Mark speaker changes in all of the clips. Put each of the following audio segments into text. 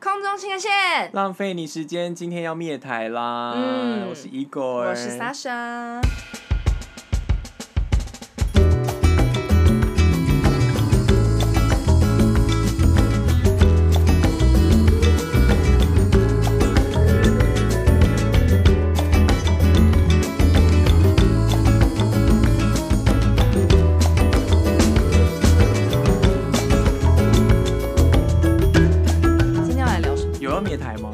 Speaker 1: 空中新干线，
Speaker 2: 浪费你时间，今天要灭台啦！
Speaker 1: 嗯
Speaker 2: 我是 Igor，
Speaker 1: 我是 Sasha。今天要来聊什么？
Speaker 2: 有要灭台 吗？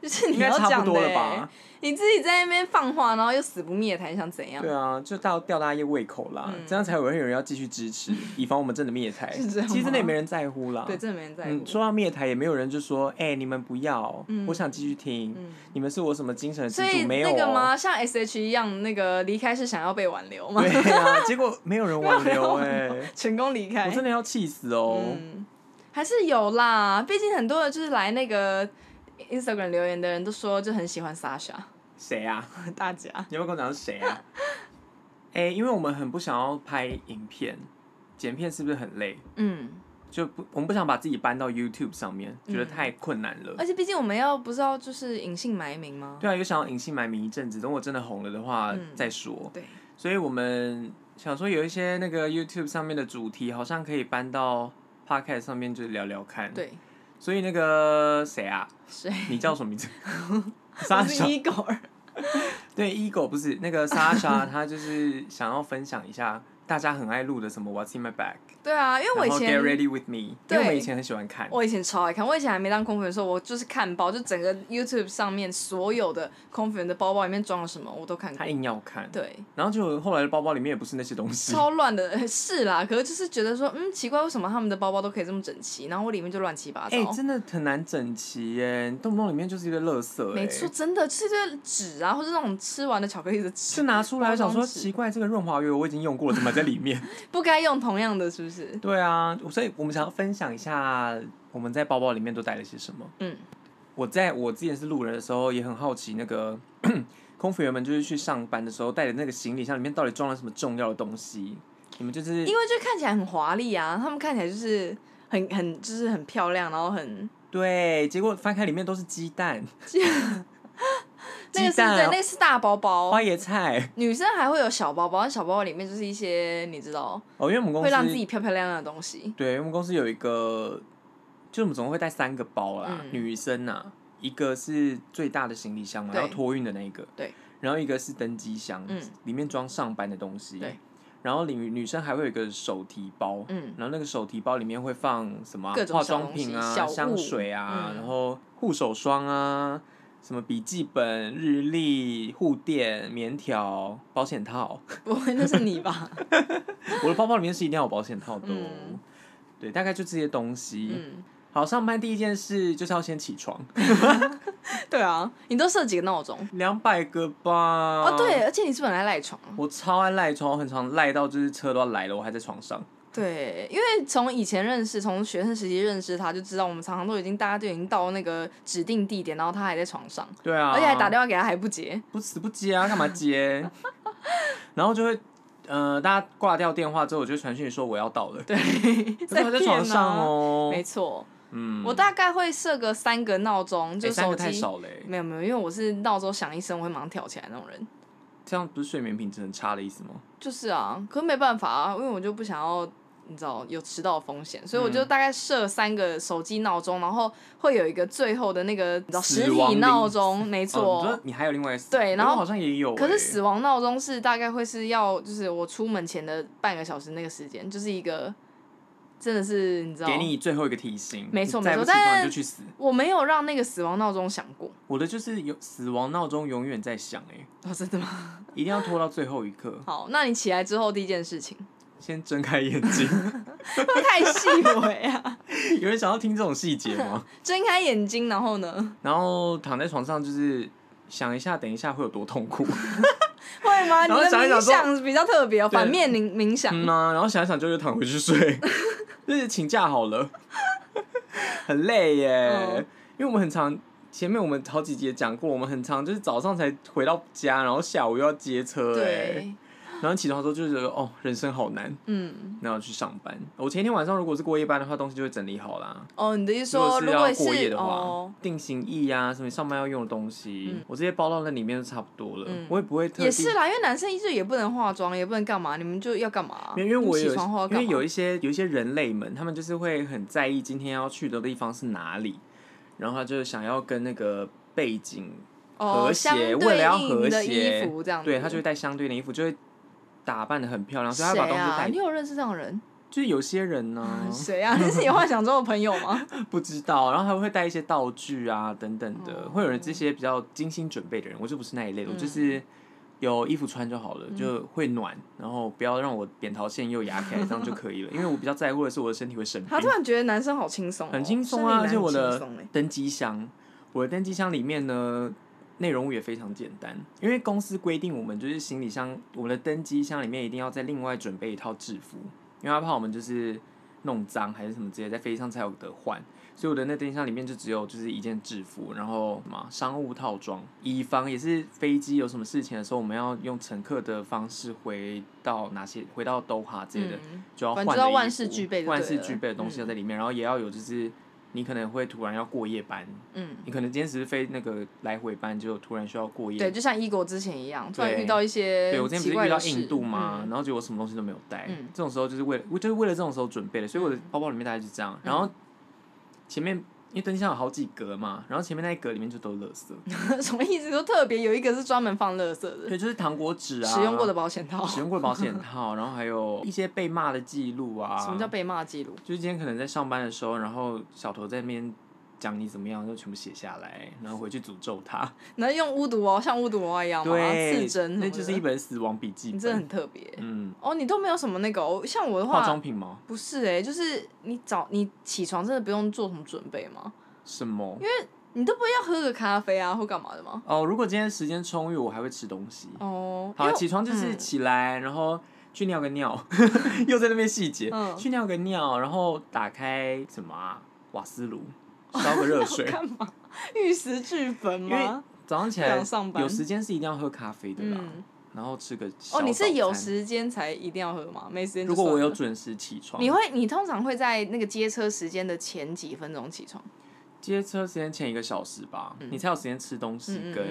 Speaker 1: 就是
Speaker 2: 应
Speaker 1: 你
Speaker 2: 该
Speaker 1: 要
Speaker 2: 差
Speaker 1: 讲的
Speaker 2: 不多了
Speaker 1: 欸
Speaker 2: 吧？？
Speaker 1: 你自己在那边放话，然后又死不灭台，想怎样
Speaker 2: 对？啊，就到吊大家胃口啦，
Speaker 1: 嗯
Speaker 2: 这样才有会有人要继续支 持，以防我们真的灭台。
Speaker 1: 是这样吗
Speaker 2: 其实真的也没人在乎啦。
Speaker 1: 对，真的没人在乎
Speaker 2: 嗯，。说到灭台，也没有人就说，哎、你们不要，
Speaker 1: 嗯
Speaker 2: 我想继续听，
Speaker 1: 嗯
Speaker 2: 你们是我什么精神的支
Speaker 1: 所以
Speaker 2: 柱？没有、
Speaker 1: 那
Speaker 2: 哦、
Speaker 1: 个吗？像 S H 一样，那个离开是想要被挽留吗？
Speaker 2: 对啊，结果没有人挽留哎、
Speaker 1: 成功离开
Speaker 2: 我。真的要气死哦！
Speaker 1: 嗯，还是有啦，毕竟很多人就是来那个 Instagram 留言的人都说就很喜欢 Sasha，
Speaker 2: 谁、啊？
Speaker 1: 大家
Speaker 2: 你要不要跟我讲是谁啊？ 哎、因为我们很不想要拍影片，剪片是不是很累？
Speaker 1: 嗯，
Speaker 2: 就不，我们不想把自己搬到 YouTube 上面，觉得太困难了。
Speaker 1: 而且毕竟我们要不是要就是隐姓埋名吗？
Speaker 2: 对啊，有想要隐姓埋名一阵子，等我真的红了的话、
Speaker 1: 嗯
Speaker 2: 再说。
Speaker 1: 对，
Speaker 2: 所以我们想说有一些那个 YouTube 上面的主题，好像可以搬到 Podcast 上面就聊聊看。，
Speaker 1: 对，
Speaker 2: 所以那个谁啊，
Speaker 1: 谁？
Speaker 2: 你叫 什么名字？
Speaker 1: 我
Speaker 2: 莎
Speaker 1: 是
Speaker 2: 莎
Speaker 1: Igor，
Speaker 2: 对 Ego 不是那个莎莎，她就是想要分享一下大家很爱录的什么 What's in my bag，
Speaker 1: 对啊，因为我
Speaker 2: 然
Speaker 1: 以
Speaker 2: 后 Get
Speaker 1: 前
Speaker 2: ready with me，因为
Speaker 1: 对
Speaker 2: 我们以前很喜欢看。
Speaker 1: 我以前超爱看，我以前还没当空服员的时候，我就是看包，就整个 YouTube 上面所有的空服员的包包里面装了什么，我都看过
Speaker 2: 她。硬嗯要看，
Speaker 1: 对，
Speaker 2: 然后就后来的包包里面也不是那些东西。
Speaker 1: 超乱的， 是啦。可是就是觉得说，嗯，奇怪，为什么他们的包包都可以这么整齐，然后我里面就乱七八糟。
Speaker 2: 哎、真的很难整齐耶，动不动里面就是一堆垃圾。哎
Speaker 1: 没错，，真的就是这堆纸啊，或者那种吃完的巧克力的
Speaker 2: 就
Speaker 1: 纸，
Speaker 2: 拿出来
Speaker 1: 包装
Speaker 2: 想说，
Speaker 1: 纸
Speaker 2: 奇怪，这个润滑油我已经用过了，怎么还在里面？
Speaker 1: 不该用同样的，是不是？
Speaker 2: 对啊，所以我们想要分享一下我们在包包里面都带了些什么。
Speaker 1: 嗯，
Speaker 2: 我在我之前是路人的时候，也很好奇那个 空服员们就是去上班的时候带的那个行李箱里面到底装了什么重要的东西。你们就是
Speaker 1: 因为就看起来很华丽啊，他们看起来就是很很就是很漂亮，然后很
Speaker 2: 对，结果翻开里面都是鸡蛋、
Speaker 1: 那个是
Speaker 2: 鸡蛋哦
Speaker 1: 对，那个是大包包
Speaker 2: 花，椰菜
Speaker 1: 女生还会有小包包，小包包里面就是一些你知道
Speaker 2: 哦，因为我们公司
Speaker 1: 会让自己漂漂亮亮的东西。
Speaker 2: 对，因为我们公司有一个，就我们总共会带三个包啦，
Speaker 1: 嗯
Speaker 2: 女生呐、一个是最大的行李箱嘛，
Speaker 1: 对
Speaker 2: 要托运的那一个，
Speaker 1: 对，
Speaker 2: 然后一个是登机箱，
Speaker 1: 嗯
Speaker 2: 里面装上班的东西，
Speaker 1: 对，
Speaker 2: 然后女女生还会有一个手提包，
Speaker 1: 嗯
Speaker 2: 然后那个手提包里面会放什么啊、
Speaker 1: 各种
Speaker 2: 化
Speaker 1: 小
Speaker 2: 妆
Speaker 1: 东
Speaker 2: 品
Speaker 1: 西
Speaker 2: 啊、
Speaker 1: 小
Speaker 2: 香
Speaker 1: 物
Speaker 2: 水啊，
Speaker 1: 嗯
Speaker 2: 然后护手霜啊。什么笔记本、日历、护垫、棉条、保险套，
Speaker 1: 不会，那是你吧？
Speaker 2: 我的包包里面是一定要有保险套的、哦，
Speaker 1: 嗯
Speaker 2: 对，大概就这些东西。
Speaker 1: 嗯，
Speaker 2: 好，上班第一件事就是要先起床，
Speaker 1: 对啊，你都设几个闹钟？
Speaker 2: 两百个吧。
Speaker 1: 哦，对，，而且你是本来赖床。
Speaker 2: 我超爱赖床，我很常赖到就是车都要来了，我还在床上。
Speaker 1: 对，因为从以前认识，从学生时期认识他，就知道我们常常都已经大家都已经到那个指定地点，然后他还在床上，
Speaker 2: 对啊，
Speaker 1: 而且还打电话给他还不接。
Speaker 2: 不死不接啊，干嘛接？ 然后就会，呃，大家挂掉电话之后，我就传讯说我要到了，
Speaker 1: 对，
Speaker 2: 可 是我还在
Speaker 1: 骗
Speaker 2: 床上
Speaker 1: 啊。
Speaker 2: 哦。
Speaker 1: 没错，
Speaker 2: 嗯，
Speaker 1: 我大概会设个三个闹钟，
Speaker 2: 哎
Speaker 1: 就
Speaker 2: 三
Speaker 1: 手
Speaker 2: 个太
Speaker 1: 机。
Speaker 2: 少了欸，
Speaker 1: 没有没有，因为我是闹钟响一声，我会马上跳起来那种人。
Speaker 2: 这样不是睡眠品质很差的意思吗？
Speaker 1: 就是啊，可没办法啊，因为我就不想要，你知道有迟到的风险，所以我
Speaker 2: 嗯
Speaker 1: 就大概设三个手机闹钟，然后会有一个最后的那个你知道
Speaker 2: 死
Speaker 1: 实
Speaker 2: 亡
Speaker 1: 体
Speaker 2: 铃
Speaker 1: 闹钟，没
Speaker 2: 哦
Speaker 1: 错。
Speaker 2: 你说你还有另外一个死
Speaker 1: 对然后
Speaker 2: 我好像也有欸，
Speaker 1: 可是死亡闹钟是大概会是要，就是我出门前的半个小时那个时间，就是一个真的是你知道，
Speaker 2: 给你最后一个提醒，
Speaker 1: 没错
Speaker 2: 你再
Speaker 1: 没
Speaker 2: 不
Speaker 1: 错
Speaker 2: 起床
Speaker 1: 但
Speaker 2: 你就去死。
Speaker 1: 我没有让那个死亡闹钟响过。
Speaker 2: 我的就是有死亡闹钟永远在响哎、
Speaker 1: 哦，真的吗？
Speaker 2: 一定要拖到最后一刻，
Speaker 1: 好，那你起来之后第一件事情，
Speaker 2: 先睁开眼睛。
Speaker 1: 会不会太细微啊！
Speaker 2: 有人想要听这种细节吗？
Speaker 1: 睁开眼睛，然后呢？
Speaker 2: 然后躺在床上就是想一下，等一下会有多痛苦。
Speaker 1: 会吗？你
Speaker 2: 然后
Speaker 1: 的
Speaker 2: 想
Speaker 1: 冥
Speaker 2: 一想说
Speaker 1: 想比较特别、哦，
Speaker 2: 对
Speaker 1: 反面冥冥想。
Speaker 2: 嗯呐、然后想一想就又躺回去睡，就是请假好了，很累耶。
Speaker 1: 嗯
Speaker 2: 因为我们很常前面我们好几节讲过，我们很常就是早上才回到家，然后下午又要接车哎，
Speaker 1: 对，
Speaker 2: 然后起床之后就觉得哦，人生好难，
Speaker 1: 嗯，
Speaker 2: 然后去上班。我前一天晚上如果是过夜班的话，东西就会整理好啦。
Speaker 1: 哦，你的意思
Speaker 2: 如
Speaker 1: 说，
Speaker 2: 果
Speaker 1: 如
Speaker 2: 是要
Speaker 1: 果
Speaker 2: 过夜
Speaker 1: 是
Speaker 2: 的话，
Speaker 1: 哦，
Speaker 2: 定型液啊，什么上班要用的东西，我直接包到那里面就差不多了。
Speaker 1: 嗯
Speaker 2: 我也不会特地
Speaker 1: 也是啦，因为男生就也不能化妆，也不能干嘛，你们就要干嘛？
Speaker 2: 没有因为
Speaker 1: 你们
Speaker 2: 我有
Speaker 1: 起床后要
Speaker 2: 因
Speaker 1: 干
Speaker 2: 为
Speaker 1: 嘛？
Speaker 2: 有一些有一些人类们，他们就是会很在意今天要去的地方是哪里，然后他就想要跟那个背景
Speaker 1: 哦，
Speaker 2: 和
Speaker 1: 相
Speaker 2: 谐，
Speaker 1: 对
Speaker 2: 为了要
Speaker 1: 应
Speaker 2: 和
Speaker 1: 的
Speaker 2: 谐
Speaker 1: 衣服这样，
Speaker 2: 对他就会带相对的衣服，就会打扮的很漂亮，所以他
Speaker 1: 谁
Speaker 2: 把东西
Speaker 1: 啊？
Speaker 2: 带嗯
Speaker 1: 你。有认识这样的人？
Speaker 2: 就是有些人呢、
Speaker 1: 谁啊？ 那是你幻想中的朋友吗？
Speaker 2: 不知道，然后还会带一些道具啊等等的，
Speaker 1: 哦
Speaker 2: 会有人这些比较精心准备的人，我就不是那一类的，我就是有衣服穿就好了，就会暖，然后不要让我扁桃腺又牙开，这样就可以了，因为我比较在乎的是我的身体会生病
Speaker 1: 他。突然觉得男生好轻松哦，
Speaker 2: 很轻松啊，而
Speaker 1: 生理
Speaker 2: 且
Speaker 1: 男
Speaker 2: 我
Speaker 1: 很
Speaker 2: 的
Speaker 1: 轻松欸
Speaker 2: 登机箱，我的登机箱里面呢，内容物也非常简单，因为公司规定我们就是行李箱，我们的登机箱里面一定要再另外准备一套制服，因为他怕我们就是弄脏还是什么之类，在飞机上才有得换，所以我的那登机箱里面就只有就是一件制服，然后什么商务套装，以防也是飞机有什么事情的时候，我们要用乘客的方式回到哪些回到都哈之类的，
Speaker 1: 嗯
Speaker 2: 就要
Speaker 1: 反
Speaker 2: 换
Speaker 1: 正就要
Speaker 2: 的衣
Speaker 1: 万
Speaker 2: 服
Speaker 1: 事俱备就
Speaker 2: 万
Speaker 1: 对
Speaker 2: 事
Speaker 1: 了
Speaker 2: 俱备的东西要在里面，然后也要有就是你可能会突然要过夜班，
Speaker 1: 嗯，
Speaker 2: 你可能今天只是飞那个来回班，就突然需要过夜。
Speaker 1: 对，就像一 E 国之前一样，突然
Speaker 2: 对
Speaker 1: 遇到一些
Speaker 2: 对我之前
Speaker 1: 奇
Speaker 2: 不是
Speaker 1: 怪
Speaker 2: 遇到
Speaker 1: 的事
Speaker 2: 印度嘛，
Speaker 1: 嗯
Speaker 2: 然后结果什么东西都没有带，
Speaker 1: 嗯
Speaker 2: 这种时候就是为了我就是为了这种时候准备的，所以我的包包里面大概是这
Speaker 1: 嗯
Speaker 2: 样，然后前面。因为登机箱有好几格嘛，然后前面那一格里面就都是垃圾，
Speaker 1: 什么意思？说特别有一个是专门放垃圾的，
Speaker 2: 对，就是糖果纸啊，
Speaker 1: 使用过的保险套。
Speaker 2: 使用过的保险套，然后还有一些被骂的记录啊。
Speaker 1: 什么叫被骂记录？
Speaker 2: 就是今天可能在上班的时候，然后小头在那边讲你怎么样，就全部写下来，然后回去诅咒他。
Speaker 1: 能用巫毒哦，像巫毒哦一样吗？
Speaker 2: 对，
Speaker 1: 刺针什么的，哦
Speaker 2: 那就是一本死亡笔记
Speaker 1: 你真的
Speaker 2: 本。
Speaker 1: 很特别。
Speaker 2: 嗯，
Speaker 1: 哦，你都没有什么那个、哦，像我的
Speaker 2: 化
Speaker 1: 话
Speaker 2: 妆品吗？
Speaker 1: 不是哎、就是你早你起床真的不用做什么准备吗？
Speaker 2: 什么？
Speaker 1: 你都不会要喝个咖啡啊或干嘛的吗？
Speaker 2: 哦，如果今天时间充裕，我还会吃东西。
Speaker 1: 哦，因
Speaker 2: 好，啊
Speaker 1: 为
Speaker 2: 起床就是
Speaker 1: 嗯
Speaker 2: 起 来，然后去尿个尿， 又在那边细节，
Speaker 1: 嗯
Speaker 2: 去尿个尿，然后打开什么啊，瓦斯炉，
Speaker 1: 哦
Speaker 2: 烧个热 水。
Speaker 1: 干嘛？玉石俱焚
Speaker 2: 因为
Speaker 1: 吗？
Speaker 2: 早上起
Speaker 1: 不
Speaker 2: 来
Speaker 1: 想上班
Speaker 2: 有时间是一定要喝咖啡的啦，
Speaker 1: 嗯，
Speaker 2: 然后吃个小
Speaker 1: 哦，你是
Speaker 2: 早
Speaker 1: 有
Speaker 2: 餐
Speaker 1: 时间才一定要喝吗？没时间就
Speaker 2: 如果我
Speaker 1: 算
Speaker 2: 有
Speaker 1: 了，
Speaker 2: 准时起床，
Speaker 1: 你会你通常会在那个接车时间的前几分钟起床？
Speaker 2: 接车时间前一个小时吧，你才有时间吃东
Speaker 1: 嗯嗯
Speaker 2: 西
Speaker 1: 嗯
Speaker 2: 跟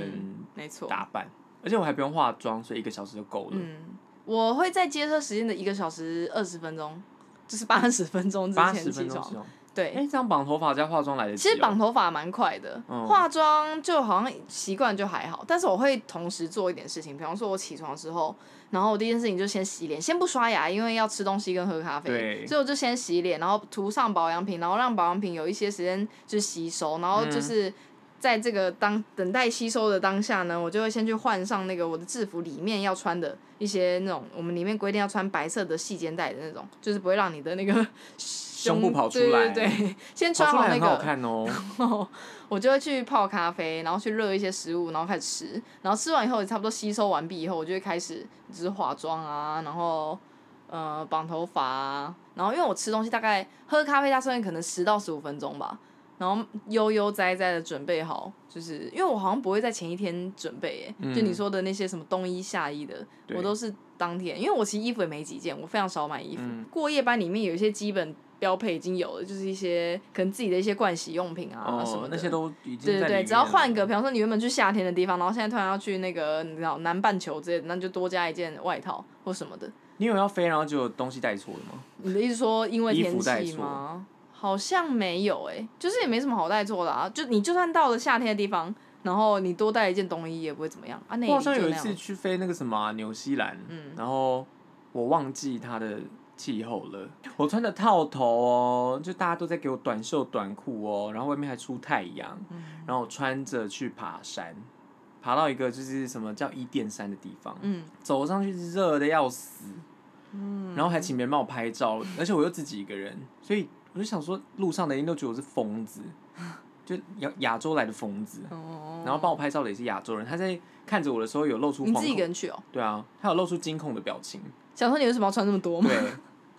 Speaker 1: 没错，
Speaker 2: 打扮，而且我还不用化妆，所以一个小时就够了。
Speaker 1: 嗯，我会在接车时间的一个小时二十分钟，就是八十分钟之
Speaker 2: 八
Speaker 1: 前
Speaker 2: 十
Speaker 1: 起
Speaker 2: 分钟起
Speaker 1: 床。
Speaker 2: 床，
Speaker 1: 对，
Speaker 2: 哎，这样绑头发加化妆来得及哦。
Speaker 1: 其实绑头发蛮快的，
Speaker 2: 嗯
Speaker 1: 化妆就好像习惯就还好，但是我会同时做一点事情，比方说我起床之后，然后我第一件事情就先洗脸，先不刷牙，因为要吃东西跟喝咖啡，
Speaker 2: 对
Speaker 1: 所以我就先洗脸，然后涂上保养品，然后让保养品有一些时间就是吸收，然后
Speaker 2: 嗯
Speaker 1: 就是。在这个当等待吸收的当下呢，我就会先去换上那个我的制服里面要穿的一些那种，我们里面规定要穿白色的细肩带的那种，就是不会让你的那个胸
Speaker 2: 胸部跑出来
Speaker 1: 对对对，先
Speaker 2: 跑
Speaker 1: 穿
Speaker 2: 出
Speaker 1: 好
Speaker 2: 来
Speaker 1: 那
Speaker 2: 很
Speaker 1: 个，
Speaker 2: 好看哦。
Speaker 1: 我就会去泡咖啡，然后去热一些食物，然后开始吃。然后吃完以后，差不多吸收完毕以后，我就会开始就是化妆啊，然后呃绑头发啊。然后因为我吃东西大概喝咖啡加吃东西可能十到十五分钟吧，然后呃悠悠哉哉的准备好，就是因为我好像不会在前一天准备耶，就你说的那些什么冬衣夏衣的，
Speaker 2: 对
Speaker 1: 我都是当天，因为我其实衣服也没几件，我非常少买衣服。过夜班里面有一些基本。标配已经有了，就是一些可能自己的一些盥洗用品啊、什么
Speaker 2: 哦
Speaker 1: 的，
Speaker 2: 那些都已经
Speaker 1: 对对
Speaker 2: 在里面
Speaker 1: 对，
Speaker 2: 了
Speaker 1: 只要换个，比方说你原本去夏天的地方，然后现在突然要去那个你知道南半球之类的，那你就多加一件外套或什么的。
Speaker 2: 你有要飞，然后就有东西带错了吗？
Speaker 1: 你的意思说因为
Speaker 2: 衣
Speaker 1: 天
Speaker 2: 服带
Speaker 1: 气吗？好像没有诶、就是也没什么好带错的啊。就你就算到了夏天的地方，然后你多带一件冬衣也不会怎么样啊。那
Speaker 2: 我好像
Speaker 1: 也就
Speaker 2: 有一
Speaker 1: 那样嗯
Speaker 2: 次去飞那个什么啊纽西兰，然后我忘记它的气候了。我穿着套头哦，就大家都在给我短袖短裤哦，然后外面还出太阳，
Speaker 1: 嗯
Speaker 2: 然后我穿着去爬山，爬到一个就是什么叫伊甸山的地方，
Speaker 1: 嗯
Speaker 2: 走上去是热的要死，然后还请别人帮我拍照，而且我又自己一个人，所以我就想说路上的人都觉得我是疯子，就亚亚洲来的疯子。
Speaker 1: 哦，
Speaker 2: 然后帮我拍照的也是亚洲人，他在看着我的时候有露出
Speaker 1: 你
Speaker 2: 惶
Speaker 1: 自己一个
Speaker 2: 恐，
Speaker 1: 人去哦、
Speaker 2: 对啊，他有露出惊恐的表情，
Speaker 1: 想说你为什么要穿这么多吗？
Speaker 2: 对，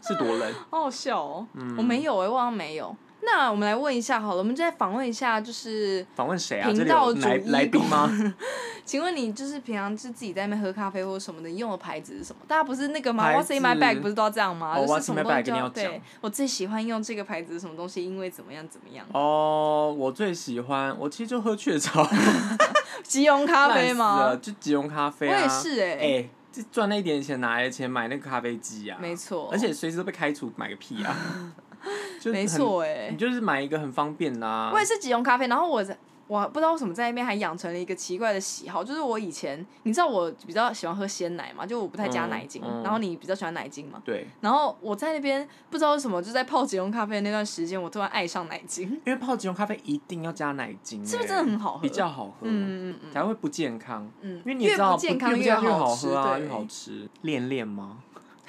Speaker 2: 是多冷，嗯
Speaker 1: 好好笑哦、我没有诶、我好像没有。那我们来问一下好了，我们再访问一下，就是
Speaker 2: 访问谁啊？
Speaker 1: 频
Speaker 2: 这里
Speaker 1: 道
Speaker 2: 有
Speaker 1: 主
Speaker 2: 来
Speaker 1: 义
Speaker 2: 来宾吗？
Speaker 1: 请问你就是平常是自己在那边喝咖啡或者什么的，你用的牌子是什么？大家不是那个吗
Speaker 2: 牌
Speaker 1: ？What's in my bag
Speaker 2: 子
Speaker 1: 不是都要这样吗？
Speaker 2: 哦
Speaker 1: 就
Speaker 2: What's
Speaker 1: 是什
Speaker 2: in
Speaker 1: 么
Speaker 2: my
Speaker 1: 东西
Speaker 2: bag 一
Speaker 1: 就
Speaker 2: 定
Speaker 1: 要
Speaker 2: 要
Speaker 1: 对
Speaker 2: 讲。
Speaker 1: 我最喜欢用这个牌子是什么东西，因为怎么样怎么样。
Speaker 2: 哦，我最喜欢，我其实就喝雀巢，
Speaker 1: 吉隆咖
Speaker 2: 烂
Speaker 1: 啡
Speaker 2: 死
Speaker 1: 吗
Speaker 2: 了？就吉隆咖啡
Speaker 1: 我
Speaker 2: 呃啊。
Speaker 1: 也是哎、
Speaker 2: 哎、这赚那一点钱，拿来的钱买那个咖啡机啊。
Speaker 1: 没错，
Speaker 2: 而且随时都被开除，买个屁啊！ 就
Speaker 1: 没
Speaker 2: 很，
Speaker 1: 错哎、
Speaker 2: 你就是买一个很方便啦、
Speaker 1: 我也是吉隆咖啡，然后我在我不知道为什么在那边还养成了一个奇怪的喜好，就是我以前你知道我比较喜欢喝鲜奶嘛，就我不太加
Speaker 2: 嗯
Speaker 1: 奶精，
Speaker 2: 嗯
Speaker 1: 然后你比较喜欢奶精嘛，
Speaker 2: 对，
Speaker 1: 然后我在那边不知道为什么就在泡吉隆咖啡的那段时间，我突然爱上奶精，
Speaker 2: 因为泡吉隆咖啡一定要加奶精、
Speaker 1: 是不是
Speaker 2: 哎
Speaker 1: 真的很好喝？
Speaker 2: 比较好喝？
Speaker 1: 嗯嗯嗯
Speaker 2: 才会不健康。
Speaker 1: 嗯，
Speaker 2: 因为你也
Speaker 1: 越
Speaker 2: 知道
Speaker 1: 不健康
Speaker 2: 越不健康越
Speaker 1: 好吃
Speaker 2: 喝啊，
Speaker 1: 对
Speaker 2: 越好吃。恋恋吗？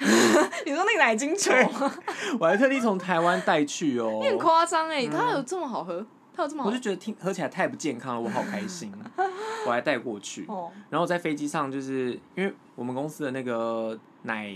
Speaker 1: 你说那个奶精球
Speaker 2: 哦我还特地从台湾带去哦。 嗯
Speaker 1: 你很夸张哎，它有这么好喝？它有这么好
Speaker 2: 我就？觉得听喝起来太不健康了，我好开心，啊 我还带过去。
Speaker 1: 哦，
Speaker 2: 然后在飞机上，就是因为我们公司的那个奶，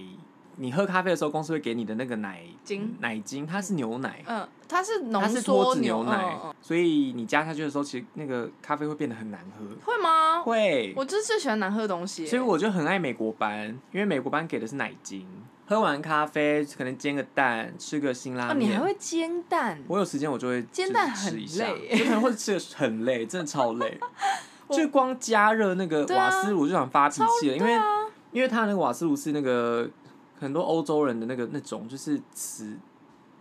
Speaker 2: 你喝咖啡的时候，公司会给你的那个奶
Speaker 1: 精
Speaker 2: 奶精它是牛奶，
Speaker 1: 嗯，它是浓
Speaker 2: 它是脱
Speaker 1: 缩
Speaker 2: 脂牛奶
Speaker 1: 嗯嗯，
Speaker 2: 所以你加下去的时候，其实那个咖啡会变得很难喝，
Speaker 1: 会吗？
Speaker 2: 会。
Speaker 1: 我就是最喜欢难喝的东西欸，
Speaker 2: 所以我就很爱美国班，因为美国班给的是奶精。喝完咖啡，可能煎个蛋，吃个辛拉
Speaker 1: 哦，你
Speaker 2: 面。
Speaker 1: 还会煎蛋？
Speaker 2: 我有时间我就会
Speaker 1: 煎
Speaker 2: 就是
Speaker 1: 蛋
Speaker 2: 吃
Speaker 1: 很
Speaker 2: 一下
Speaker 1: 累耶。
Speaker 2: 就可能会吃的很累，真的超累
Speaker 1: 我
Speaker 2: 就光加热那个
Speaker 1: 对啊
Speaker 2: 瓦斯炉就想发脾气了，因为
Speaker 1: 对啊，
Speaker 2: 因为它那个瓦斯炉是那个很多欧洲人的那个那种，就是磁，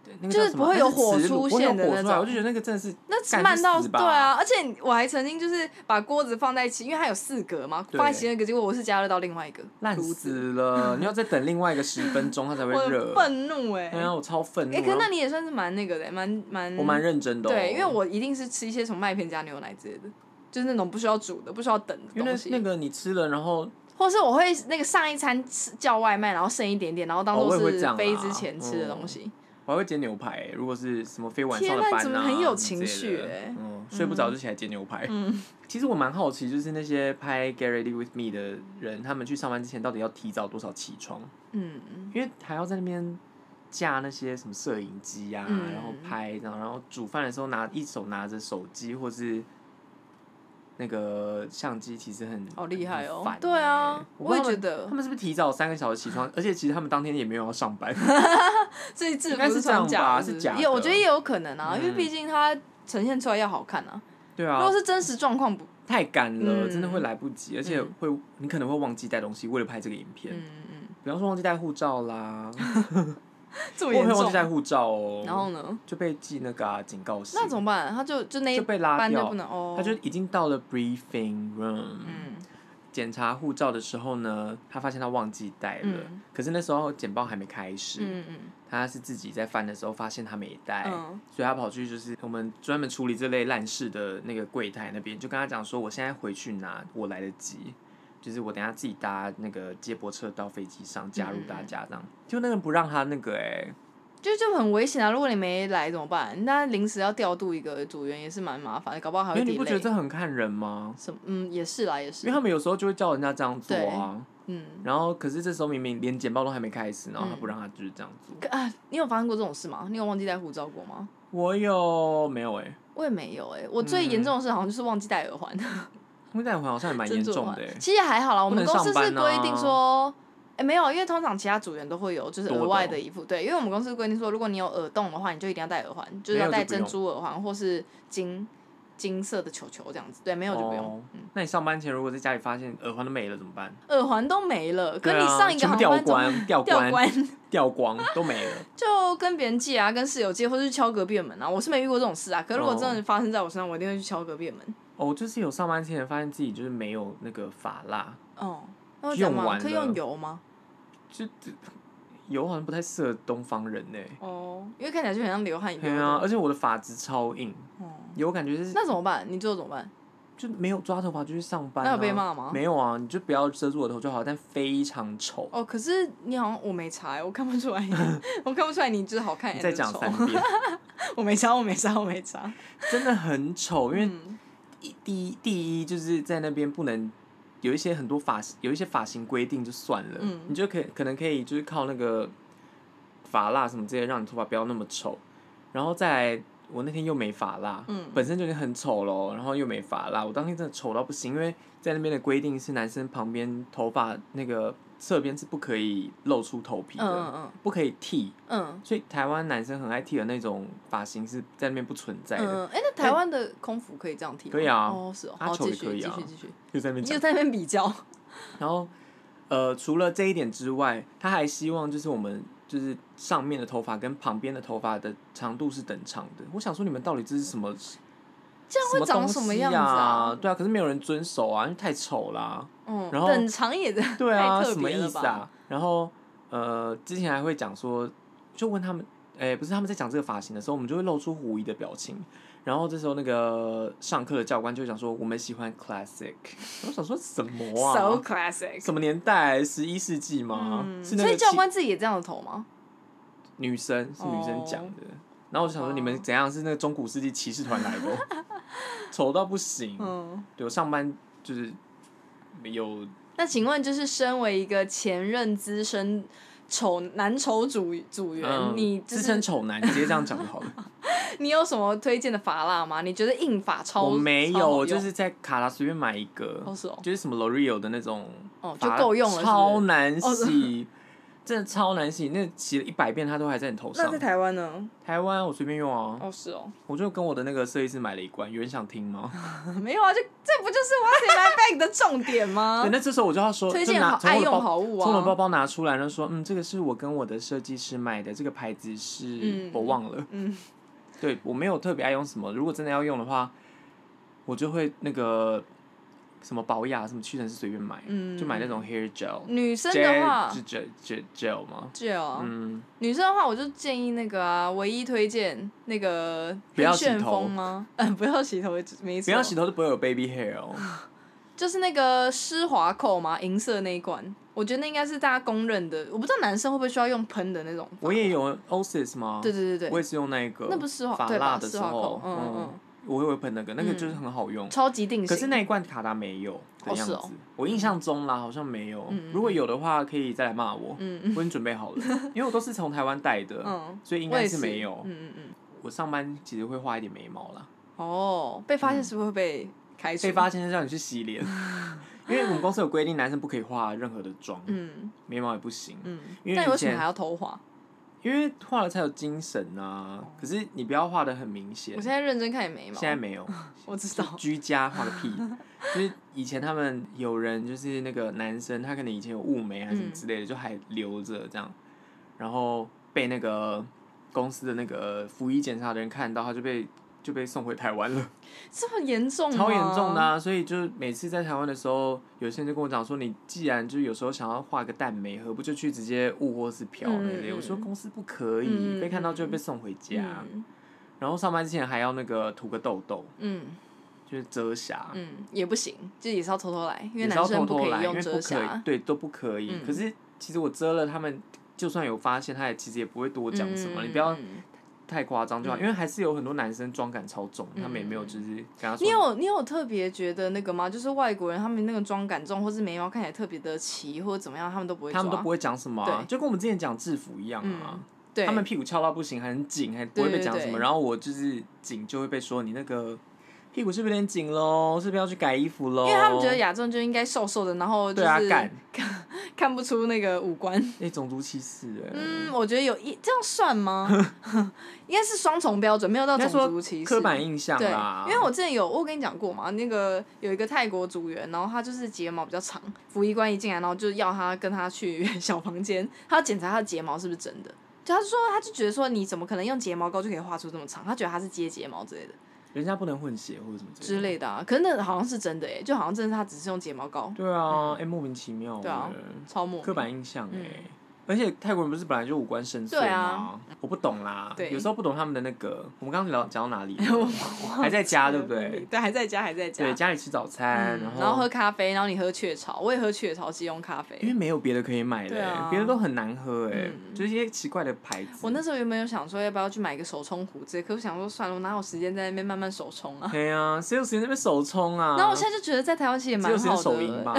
Speaker 2: 对那个叫
Speaker 1: 就是
Speaker 2: 什么
Speaker 1: 不会有
Speaker 2: 那是
Speaker 1: 火
Speaker 2: 磁炉
Speaker 1: 出
Speaker 2: 不会有
Speaker 1: 现的
Speaker 2: 火
Speaker 1: 那
Speaker 2: 出来
Speaker 1: 种
Speaker 2: 我就觉得那个真的是
Speaker 1: 那
Speaker 2: 干
Speaker 1: 慢到
Speaker 2: 去死吧
Speaker 1: 对啊，而且我还曾经就是把锅子放在一起，因为它有四格嘛，
Speaker 2: 对
Speaker 1: 放在其中一个，结果我是加热到另外一个
Speaker 2: 烂
Speaker 1: 炉子，
Speaker 2: 死了， 你要再等另外一个十分钟它才会
Speaker 1: 我很
Speaker 2: 热。
Speaker 1: 愤怒哎、
Speaker 2: 哎呀，我超愤怒。
Speaker 1: 哎、可是
Speaker 2: 然后
Speaker 1: 那你也算是蛮那个的、欸蛮蛮
Speaker 2: 我蛮认真的、哦，
Speaker 1: 对，因为我一定是吃一些什么麦片加牛奶之类的，就是那种不需要煮的、不需要等的
Speaker 2: 因为
Speaker 1: 东西，
Speaker 2: 那那个你吃了，然后
Speaker 1: 或是我会那个上一餐吃叫外卖，然后剩一点点，然后当
Speaker 2: 哦
Speaker 1: 做
Speaker 2: 我也会这
Speaker 1: 是
Speaker 2: 样
Speaker 1: 飞
Speaker 2: 啊
Speaker 1: 之前吃的东西。
Speaker 2: 我还会煎牛排、欸，如果是什么非晚
Speaker 1: 天
Speaker 2: 上的
Speaker 1: 啊
Speaker 2: 班
Speaker 1: 你
Speaker 2: 啊，
Speaker 1: 怎么很有
Speaker 2: 之
Speaker 1: 情
Speaker 2: 类
Speaker 1: 绪
Speaker 2: 的
Speaker 1: 欸嗯
Speaker 2: 嗯，睡不着就起来煎牛排。 其实我蛮好奇，就是那些拍《Get Ready with Me》的人，他们去上班之前到底要提早多少起床？
Speaker 1: 嗯，
Speaker 2: 因为还要在那边架那些什么摄影机呀、
Speaker 1: 嗯
Speaker 2: 然后拍，然后然后煮饭的时候拿一手拿着手机或是。那个相机其实很
Speaker 1: 好厉害哦
Speaker 2: 很烦欸
Speaker 1: 对啊
Speaker 2: 我不知道
Speaker 1: 我也
Speaker 2: 他
Speaker 1: 觉
Speaker 2: 们
Speaker 1: 得
Speaker 2: 他们是不是提早三个小时起床？而且其实他们当天也没有要上 班，
Speaker 1: 这一制
Speaker 2: 应
Speaker 1: 服
Speaker 2: 该是这
Speaker 1: 穿
Speaker 2: 样
Speaker 1: 假
Speaker 2: 吧
Speaker 1: 的
Speaker 2: 是
Speaker 1: 不
Speaker 2: 假
Speaker 1: 也我
Speaker 2: 的
Speaker 1: 觉得也有可能啊，因为
Speaker 2: 嗯
Speaker 1: 毕竟它呈现出来要好看啊。
Speaker 2: 对
Speaker 1: 如
Speaker 2: 啊
Speaker 1: 果，是真实状况不，
Speaker 2: 太赶了，
Speaker 1: 嗯
Speaker 2: 真的会来不及，而且会、你可能会忘记带东西，为了拍这个影片，
Speaker 1: 嗯嗯
Speaker 2: 比方说忘记带护照 啦，
Speaker 1: 嗯，这
Speaker 2: 我
Speaker 1: 么
Speaker 2: 也
Speaker 1: 严
Speaker 2: 会忘
Speaker 1: 重
Speaker 2: 记。带护照哦、
Speaker 1: 然后呢？
Speaker 2: 就被记那个、啊、警告信，
Speaker 1: 那怎么办？他就就那一
Speaker 2: 就被拉
Speaker 1: 班就
Speaker 2: 掉
Speaker 1: 不，能哦。
Speaker 2: 他就已经到了 briefing room，、
Speaker 1: 嗯
Speaker 2: 检查护照的时候呢，他发现他忘记带了，
Speaker 1: 嗯
Speaker 2: 可是那时候简报还没开始，
Speaker 1: 嗯嗯
Speaker 2: 他是自己在翻的时候发现他没带，
Speaker 1: 嗯
Speaker 2: 所以他跑去就是我们专门处理这类烂事的那个柜台那边，就跟他讲说，我现在回去拿，我来得及，就是我等下自己搭那个接驳车到飞机
Speaker 1: 嗯
Speaker 2: 上加入大家这样。就那个人不让他那个哎、
Speaker 1: 就就很危险啊！如果你没来怎么办？那临时要调度一个组员也是蛮麻烦的，搞不好还
Speaker 2: 因
Speaker 1: 会
Speaker 2: 为你
Speaker 1: delay。
Speaker 2: 不觉得这很看人吗？
Speaker 1: 什么？嗯，也是啦，也
Speaker 2: 因为
Speaker 1: 是。
Speaker 2: 他们有时候就会叫人家这样做啊，
Speaker 1: 嗯，
Speaker 2: 然后可是这时候明明连简报都还没开始，然后他不让他就是这样做。
Speaker 1: 可啊，你有发生过这种事吗？你有忘记带护照过吗？
Speaker 2: 我有没有哎、欸？
Speaker 1: 我也没有哎、我
Speaker 2: 嗯
Speaker 1: 最严重的事好像就是忘记戴耳环。
Speaker 2: 那戴环好像也蛮严
Speaker 1: 珍珠
Speaker 2: 重
Speaker 1: 耳
Speaker 2: 的、
Speaker 1: 环
Speaker 2: 欸，
Speaker 1: 其实还好啦，我
Speaker 2: 不
Speaker 1: 们
Speaker 2: 能
Speaker 1: 公司
Speaker 2: 上
Speaker 1: 是
Speaker 2: 班啊
Speaker 1: 规定说，哎、没有，因为通常其他组员都会有，就是
Speaker 2: 多
Speaker 1: 额
Speaker 2: 的
Speaker 1: 外
Speaker 2: 哦
Speaker 1: 的一副。对，因为我们公司规定说，如果你有耳洞的话，你就一定要戴耳环，就是要
Speaker 2: 没有就
Speaker 1: 戴
Speaker 2: 不
Speaker 1: 珍
Speaker 2: 用
Speaker 1: 珠耳环或是金金色的球球这样子。对，没有就不用。嗯
Speaker 2: 哦那你上班前如果在家里发现耳环都没了怎么办？
Speaker 1: 耳环都没了，跟
Speaker 2: 对
Speaker 1: 你
Speaker 2: 啊
Speaker 1: 上一个
Speaker 2: 全部
Speaker 1: 航
Speaker 2: 掉
Speaker 1: 班总
Speaker 2: 光，掉
Speaker 1: 掉
Speaker 2: 光，掉光都没了。
Speaker 1: 就跟别人借啊，跟室友借，或是去敲隔壁的门啊。我是没遇过这种事啊，可是如果真的发生在我身上，我一定会去敲隔壁的门。
Speaker 2: 哦，就是有上班前发现自己就是没有那个发蜡，
Speaker 1: 哦，那会怎么
Speaker 2: 用
Speaker 1: 样？
Speaker 2: 完了
Speaker 1: 可以用油吗？
Speaker 2: 就油好像不太适合东方人呢、
Speaker 1: 哦，因为看起来就很像流汗油
Speaker 2: 对啊，
Speaker 1: 的。
Speaker 2: 而且我的发质超硬，
Speaker 1: 哦，
Speaker 2: 有感觉就是
Speaker 1: 那怎么办？你最后怎么办？
Speaker 2: 就没有抓头发就去上班、啊。
Speaker 1: 那有被骂吗
Speaker 2: 没有啊，你就不要遮住我的头就好，但非常丑。
Speaker 1: 哦，可是你好像我没查欸，我看不出来， 我看不出来你就是好看。
Speaker 2: 你再讲三， 遍，
Speaker 1: 我没查，我没查，我没查。
Speaker 2: 真的很丑，因为
Speaker 1: 嗯，
Speaker 2: 一第一第一就是在那边不能有一些很多发型，有一些发型规定就算了，
Speaker 1: 嗯
Speaker 2: 你就可以可能可以就是靠那个发蜡什么之类，让你头发不要那么丑，然后再来我那天又没发蜡，
Speaker 1: 嗯
Speaker 2: 本身就已经很丑咯，然后又没发蜡，我当天真的丑到不行，因为在那边的规定是男生旁边头发那个侧边是不可以露出头皮
Speaker 1: 嗯
Speaker 2: 的，
Speaker 1: 嗯
Speaker 2: 不可以剃，
Speaker 1: 嗯
Speaker 2: 所以台湾男生很爱剃的那种发型是在那边不存在
Speaker 1: 嗯
Speaker 2: 的，
Speaker 1: 嗯，哎，那台湾的空服可以这样剃吗？
Speaker 2: 可以啊
Speaker 1: 哦是哦，
Speaker 2: 阿
Speaker 1: 好
Speaker 2: 丑
Speaker 1: 继
Speaker 2: 也可
Speaker 1: 续
Speaker 2: 以
Speaker 1: 继
Speaker 2: 啊
Speaker 1: 续继续，
Speaker 2: 就在那边
Speaker 1: 你
Speaker 2: 讲
Speaker 1: 就。在那边比 较，
Speaker 2: 然后，呃，除了这一点之外，他还希望就是我们就是上面的头发跟旁边的头发的长度是等长的。我想说，你们到底这是什么？
Speaker 1: 这样会长什么样子
Speaker 2: 啊
Speaker 1: 啊？？
Speaker 2: 对啊，可是没有人遵守啊，因为太丑啦。
Speaker 1: 嗯，
Speaker 2: 然后
Speaker 1: 等长也的，
Speaker 2: 对啊，
Speaker 1: 太特
Speaker 2: 什么
Speaker 1: 别
Speaker 2: 意
Speaker 1: 了
Speaker 2: 思
Speaker 1: 吧？
Speaker 2: 啊？然后呃，之前还会讲说，就问他们，哎、不是他们在讲这个发型的时候，我们就会露出狐疑的表情。然后这时候那个上课的教官就会讲说，我们喜欢 classic。我 想说什么啊
Speaker 1: So classic。
Speaker 2: 什么年代？十一世纪吗？是那
Speaker 1: 嗯所
Speaker 2: 个
Speaker 1: 以教
Speaker 2: 七
Speaker 1: 官自己也这样的头吗？
Speaker 2: 女生是女生
Speaker 1: 哦
Speaker 2: 讲的。然后我就想说，
Speaker 1: 哦
Speaker 2: 你们怎样是那个中古世纪骑士团来的 哦？丑到不行。
Speaker 1: 嗯，
Speaker 2: 对我上班就是有
Speaker 1: 那请问，就是身为一个前任资深丑男丑组组员，
Speaker 2: 嗯，
Speaker 1: 你就
Speaker 2: 自称
Speaker 1: 是
Speaker 2: 丑男，直接这样讲就好了。
Speaker 1: 你有什么推荐的法蜡吗？你觉得硬法超
Speaker 2: 我没
Speaker 1: 超
Speaker 2: 有，
Speaker 1: 好
Speaker 2: 我就
Speaker 1: 用
Speaker 2: 是在卡拉随便买一个
Speaker 1: 哦，是哦
Speaker 2: 就是什么 L'Oreal 的那种
Speaker 1: 哦
Speaker 2: 发，
Speaker 1: 就够用了是不是
Speaker 2: 超难
Speaker 1: 哦是
Speaker 2: 洗， 真的超难洗，那洗了一百遍它都还在你头上。
Speaker 1: 台湾呢？
Speaker 2: 台湾我随便用啊，
Speaker 1: 哦，是哦，
Speaker 2: 我就跟我的那个设计师买了一罐，有人想听吗？
Speaker 1: 没有啊，就这不就是我要 say my bag 的重点吗
Speaker 2: 对，？那这时候我就要说，
Speaker 1: 啊推
Speaker 2: 就
Speaker 1: 荐
Speaker 2: 拿
Speaker 1: 好
Speaker 2: 从
Speaker 1: 爱
Speaker 2: 我的
Speaker 1: 用
Speaker 2: 包
Speaker 1: 好物啊，
Speaker 2: 从我的包包拿出来，然后说，嗯，这个是我跟我的设计师买的，这个牌子是、
Speaker 1: 嗯
Speaker 2: 我忘了。
Speaker 1: 嗯，
Speaker 2: 对我没有特别爱用什么，如果真的要用的话，我就会那个什么保养什么屈臣氏随便买，
Speaker 1: 嗯
Speaker 2: 就买那种 hair gel。
Speaker 1: 女生的话
Speaker 2: gel gel gel gel 吗？
Speaker 1: gel，、
Speaker 2: 嗯，
Speaker 1: 女生的话我就建议那个啊，唯一推荐那个
Speaker 2: 不要
Speaker 1: 黑
Speaker 2: 洗
Speaker 1: 旋
Speaker 2: 头
Speaker 1: 风吗？ 嗯，不要洗头，没错，
Speaker 2: 不要洗头就不会有 baby hair 哦。
Speaker 1: 就是那个施华蔻嘛，银色那一罐，我觉得那应该是大家公认的。我不知道男生会不会需要用喷的那种。
Speaker 2: 我也有 osis 吗？
Speaker 1: 对对对
Speaker 2: 我
Speaker 1: 对，
Speaker 2: 也是用那一个，
Speaker 1: 那不是施华
Speaker 2: 发
Speaker 1: 对
Speaker 2: 蜡
Speaker 1: 吧？
Speaker 2: 的
Speaker 1: 施
Speaker 2: 时
Speaker 1: 华
Speaker 2: 候
Speaker 1: 蔻，，嗯嗯，
Speaker 2: 我也会喷那个，那个就是很好用
Speaker 1: 嗯，。超级定型。
Speaker 2: 可是那一罐卡达没有的
Speaker 1: 哦
Speaker 2: 样
Speaker 1: 是
Speaker 2: 子，
Speaker 1: 哦
Speaker 2: 我印象中啦，好像没有。
Speaker 1: 嗯嗯
Speaker 2: 如果有的话，可以再来骂我。
Speaker 1: 嗯嗯
Speaker 2: 我已经准备好了，因为我都是从台湾带的，
Speaker 1: 嗯，
Speaker 2: 所以应
Speaker 1: 我
Speaker 2: 该
Speaker 1: 也
Speaker 2: 是没有。
Speaker 1: 嗯嗯嗯。
Speaker 2: 我上班其实会画一点眉毛啦，
Speaker 1: 哦，被发现是不是会被开除？
Speaker 2: 被发现是让你去洗脸，因为我们公司有规定，男生不可以画任何的妆，
Speaker 1: 嗯
Speaker 2: 眉毛也不行。
Speaker 1: 嗯。
Speaker 2: 因
Speaker 1: 那
Speaker 2: 为
Speaker 1: 你
Speaker 2: 以
Speaker 1: 为什么还
Speaker 2: 前，
Speaker 1: 要头滑？
Speaker 2: 因为画了才有精神啊。可是你不要画的很明显
Speaker 1: 我，现在认真看你眉毛。
Speaker 2: 现在没有。
Speaker 1: 我知道。
Speaker 2: 居家画个屁，就是以前他们有人就是那个男生，他可能以前有雾眉还是什么之类的，就还留着这样，然后被那个公司的那个服役检查的人看到，他就被就被送回台湾 了，
Speaker 1: 这么严重吗？
Speaker 2: 超严重的、啊。所以就是每次在台湾的时候，有些人就跟我讲说，你既然就是有时候想要画个淡眉，何不就去直接雾或是漂那类？
Speaker 1: 嗯嗯
Speaker 2: 我说公司不可以，
Speaker 1: 嗯嗯
Speaker 2: 被看到就会被送回家。
Speaker 1: 嗯
Speaker 2: 然后上班之前还要那个涂个痘痘，
Speaker 1: 嗯
Speaker 2: 就是遮瑕。
Speaker 1: 嗯，也不行，就也是要偷偷来，因为
Speaker 2: 啊也是
Speaker 1: 男
Speaker 2: 要偷
Speaker 1: 生
Speaker 2: 偷
Speaker 1: 可
Speaker 2: 来，
Speaker 1: 以
Speaker 2: 因
Speaker 1: 用
Speaker 2: 为
Speaker 1: 遮
Speaker 2: 不可以，
Speaker 1: 瑕。
Speaker 2: 对，都不可以。
Speaker 1: 嗯
Speaker 2: 可是其实我遮了，他们就算有发现，他也其实也不会多讲什么。你不要
Speaker 1: 嗯嗯嗯
Speaker 2: 太夸张就好，因为还是有很多男生妆感超重，他们也没有就是跟他
Speaker 1: 嗯
Speaker 2: 说
Speaker 1: 你。有你有特别觉得那个吗？就是外国人他们那个妆感重，或是眉毛看起来特别的齐，或者怎么样，他们都不会抓。
Speaker 2: 他们都不会讲什么啊、
Speaker 1: 对嗯
Speaker 2: 就跟我们之前讲制服一样啊。
Speaker 1: 对，
Speaker 2: 他们屁股翘到不行，很紧，还不会被讲什
Speaker 1: 对
Speaker 2: 么。
Speaker 1: 对对
Speaker 2: 然后我就是紧，就会被说你那个屁股是不是有点紧喽？是不是要去改衣服喽？
Speaker 1: 因为他们觉得亚洲人就应该瘦瘦的，然后就
Speaker 2: 对啊，
Speaker 1: 是
Speaker 2: 干，
Speaker 1: 看不出那个五官。
Speaker 2: 哎、种族歧视哎、
Speaker 1: 嗯，我觉得有一这样算吗？ 应该是双重标准，没有到
Speaker 2: 应该
Speaker 1: 种
Speaker 2: 说
Speaker 1: 族歧视。
Speaker 2: 刻板印象
Speaker 1: 对
Speaker 2: 啦，。
Speaker 1: 因为我之前有我跟你讲过嘛，那个有一个泰国组员，然后他就是睫毛比较长，服役官一进来，然后就要他跟他去 小房间，他要检查他的睫毛是不是真的。就他就说，他就觉得说，你怎么可能用睫毛膏就可以画出这么长？他觉得他是接睫毛之类的
Speaker 2: 人家不能混血或者什么
Speaker 1: 之类的啊。可是那好像是真的耶，就好像真的是他只是用睫毛膏，
Speaker 2: 对啊，哎、莫名其妙、
Speaker 1: 嗯
Speaker 2: 欸，
Speaker 1: 对啊超模
Speaker 2: 刻板印象哎、而且泰国人不是本来就五官深邃吗？
Speaker 1: 对啊
Speaker 2: 我不懂啦，
Speaker 1: 对
Speaker 2: 有时候不懂他们的那个。我们刚刚聊讲到哪里？ 还在家对不对？？
Speaker 1: 对，还在家，还在家。
Speaker 2: 对，家里吃早餐，
Speaker 1: 嗯
Speaker 2: 然后
Speaker 1: 然后喝咖啡，然后你喝雀巢，我也喝雀巢即用咖
Speaker 2: 因
Speaker 1: 啡。
Speaker 2: 为没有别的可以买的、
Speaker 1: 对啊
Speaker 2: 别、的都很难喝哎、
Speaker 1: 嗯
Speaker 2: 就是一些奇怪的牌子。
Speaker 1: 我那时候原本有想说要不要去买个手冲壶之类，可我想说算了，我哪有时间在那边慢慢手冲啊？
Speaker 2: 对啊，谁有时间在那边手冲啊？
Speaker 1: 那我现在就觉得在台湾其实也
Speaker 2: 只
Speaker 1: 蛮
Speaker 2: 有时间
Speaker 1: 好
Speaker 2: 手 淫
Speaker 1: 的，
Speaker 2: 吧？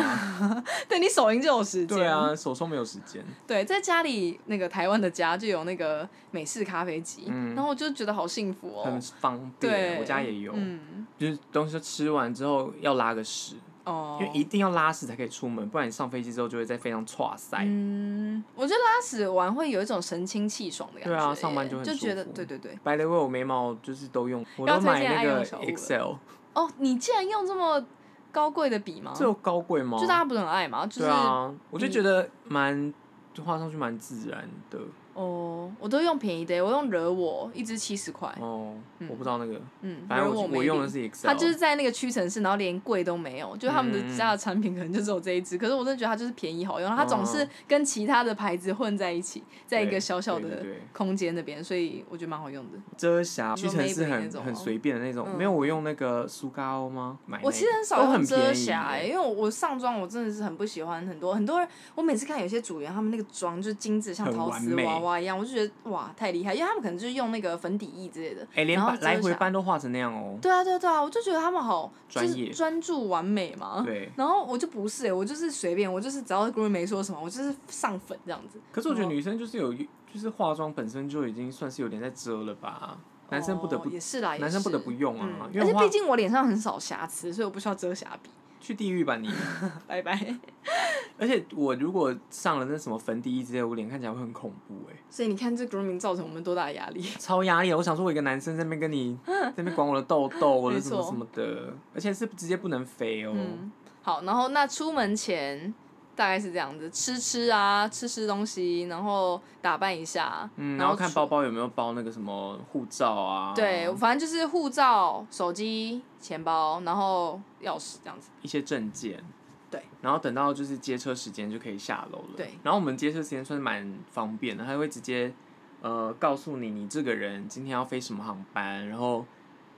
Speaker 1: 对你手淫就有时间。
Speaker 2: 对，啊，手冲没有时间。
Speaker 1: 对，这在家里那个台湾的家就有那个美式咖啡机，
Speaker 2: 嗯
Speaker 1: 然后我就觉得好幸福
Speaker 2: 很
Speaker 1: 哦。
Speaker 2: 方便，
Speaker 1: 对，
Speaker 2: 我家也有，
Speaker 1: 嗯，
Speaker 2: 就是东西吃完之后要拉个屎，
Speaker 1: 哦
Speaker 2: 因，为一定要拉屎才可以出门，不然你上飞机之后就会在非常岔塞。
Speaker 1: 嗯，我觉得拉屎完会有一种神清气爽的感觉
Speaker 2: 对
Speaker 1: 耶。
Speaker 2: 啊上班就很
Speaker 1: 就觉得
Speaker 2: 舒服
Speaker 1: 对对对。
Speaker 2: By the way，我眉毛就是都用，我
Speaker 1: 要
Speaker 2: 都
Speaker 1: 推荐
Speaker 2: 买那
Speaker 1: 爱用
Speaker 2: 个
Speaker 1: 小物了
Speaker 2: Excel，
Speaker 1: 哦，你竟然用这么高贵的笔吗？
Speaker 2: 这有高贵吗？
Speaker 1: 就大家不是很爱嘛，就是、
Speaker 2: 对啊，我就觉得蛮，就画上去蛮自然的
Speaker 1: 哦，我都用便宜的耶，我用惹我一支七十块，
Speaker 2: 哦。
Speaker 1: 嗯
Speaker 2: 我不知道那个，
Speaker 1: 嗯，
Speaker 2: 反正
Speaker 1: 惹
Speaker 2: 我
Speaker 1: 没
Speaker 2: 我用的
Speaker 1: 力
Speaker 2: 是 Excel，
Speaker 1: 它就是在那个屈臣氏，然后连柜都没有，就他们
Speaker 2: 嗯
Speaker 1: 的家的产品可能就只有这一支。可是我真的觉得它就是便宜好用，然后它总是跟其他的牌子混在一起，在一个小小
Speaker 2: 嗯对对
Speaker 1: 的
Speaker 2: 对
Speaker 1: 空间那边，所以我觉得蛮好用的。
Speaker 2: 遮瑕，
Speaker 1: 你
Speaker 2: 屈
Speaker 1: 说
Speaker 2: 臣氏
Speaker 1: Maybelline
Speaker 2: 很
Speaker 1: 那种吗
Speaker 2: 很随便的那种，
Speaker 1: 嗯
Speaker 2: 没有我用那个苏嘎欧吗？买
Speaker 1: 我其实
Speaker 2: 那个
Speaker 1: 很少
Speaker 2: 都
Speaker 1: 用
Speaker 2: 很
Speaker 1: 遮
Speaker 2: 便宜
Speaker 1: 瑕、欸，
Speaker 2: 耶
Speaker 1: 因为我我上妆我真的是很不喜欢很多很多人，我每次看有些组员他们那个妆就是精致像
Speaker 2: 很
Speaker 1: 陶
Speaker 2: 完
Speaker 1: 瓷
Speaker 2: 美
Speaker 1: 娃娃一样，我就觉得哇太厉害，因为他们可能就是用那个粉底液之类的。
Speaker 2: 哎、连
Speaker 1: 然后
Speaker 2: 班
Speaker 1: 遮
Speaker 2: 来回
Speaker 1: 瑕
Speaker 2: 班都画成那样哦、
Speaker 1: 对啊对啊对啊，我就觉得他们好就
Speaker 2: 专
Speaker 1: 是
Speaker 2: 业
Speaker 1: 专注完美嘛。
Speaker 2: 对，
Speaker 1: 然后我就不是、欸，我就是随便，我就是只要 g r e e 没说什么，我就是上粉这样子。
Speaker 2: 可是我觉得
Speaker 1: 然后
Speaker 2: 女生就是有，就是化妆本身就已经算是有点在遮了吧，男生不得不
Speaker 1: 哦、也是啦，也
Speaker 2: 男生不得
Speaker 1: 是
Speaker 2: 不用啊
Speaker 1: 嗯
Speaker 2: 因为
Speaker 1: 而且
Speaker 2: 我
Speaker 1: 毕竟我脸上很少瑕疵，所以我不需要遮瑕笔。
Speaker 2: 去地狱吧 你。
Speaker 1: 拜拜。
Speaker 2: 而且我如果上了那什么粉底液之类，我脸看起来会很恐怖哎、
Speaker 1: 所以你看这 grooming 造成我们多大的压力？
Speaker 2: 超压力的。我想说，我一个男生在那边跟 你在那边管我的痘痘，我的
Speaker 1: 没
Speaker 2: 什么
Speaker 1: 错
Speaker 2: 什么的，而且是直接不能飞哦、
Speaker 1: 嗯，好，然后那出门前大概是这样子，吃吃啊，吃吃东西，然后打扮一下，
Speaker 2: 嗯，然
Speaker 1: 然
Speaker 2: 后看
Speaker 1: 出
Speaker 2: 包。包有没有包那个什么护照啊，
Speaker 1: 对，反正就是护照、手机、钱包，然后钥匙这样子。
Speaker 2: 一些证件。
Speaker 1: 对，
Speaker 2: 然后等到就是接车时间就可以下楼了。
Speaker 1: 对
Speaker 2: 然后我们接车时间算是蛮方便的，他会直接呃告诉你你这个人今天要飞什么航班，然后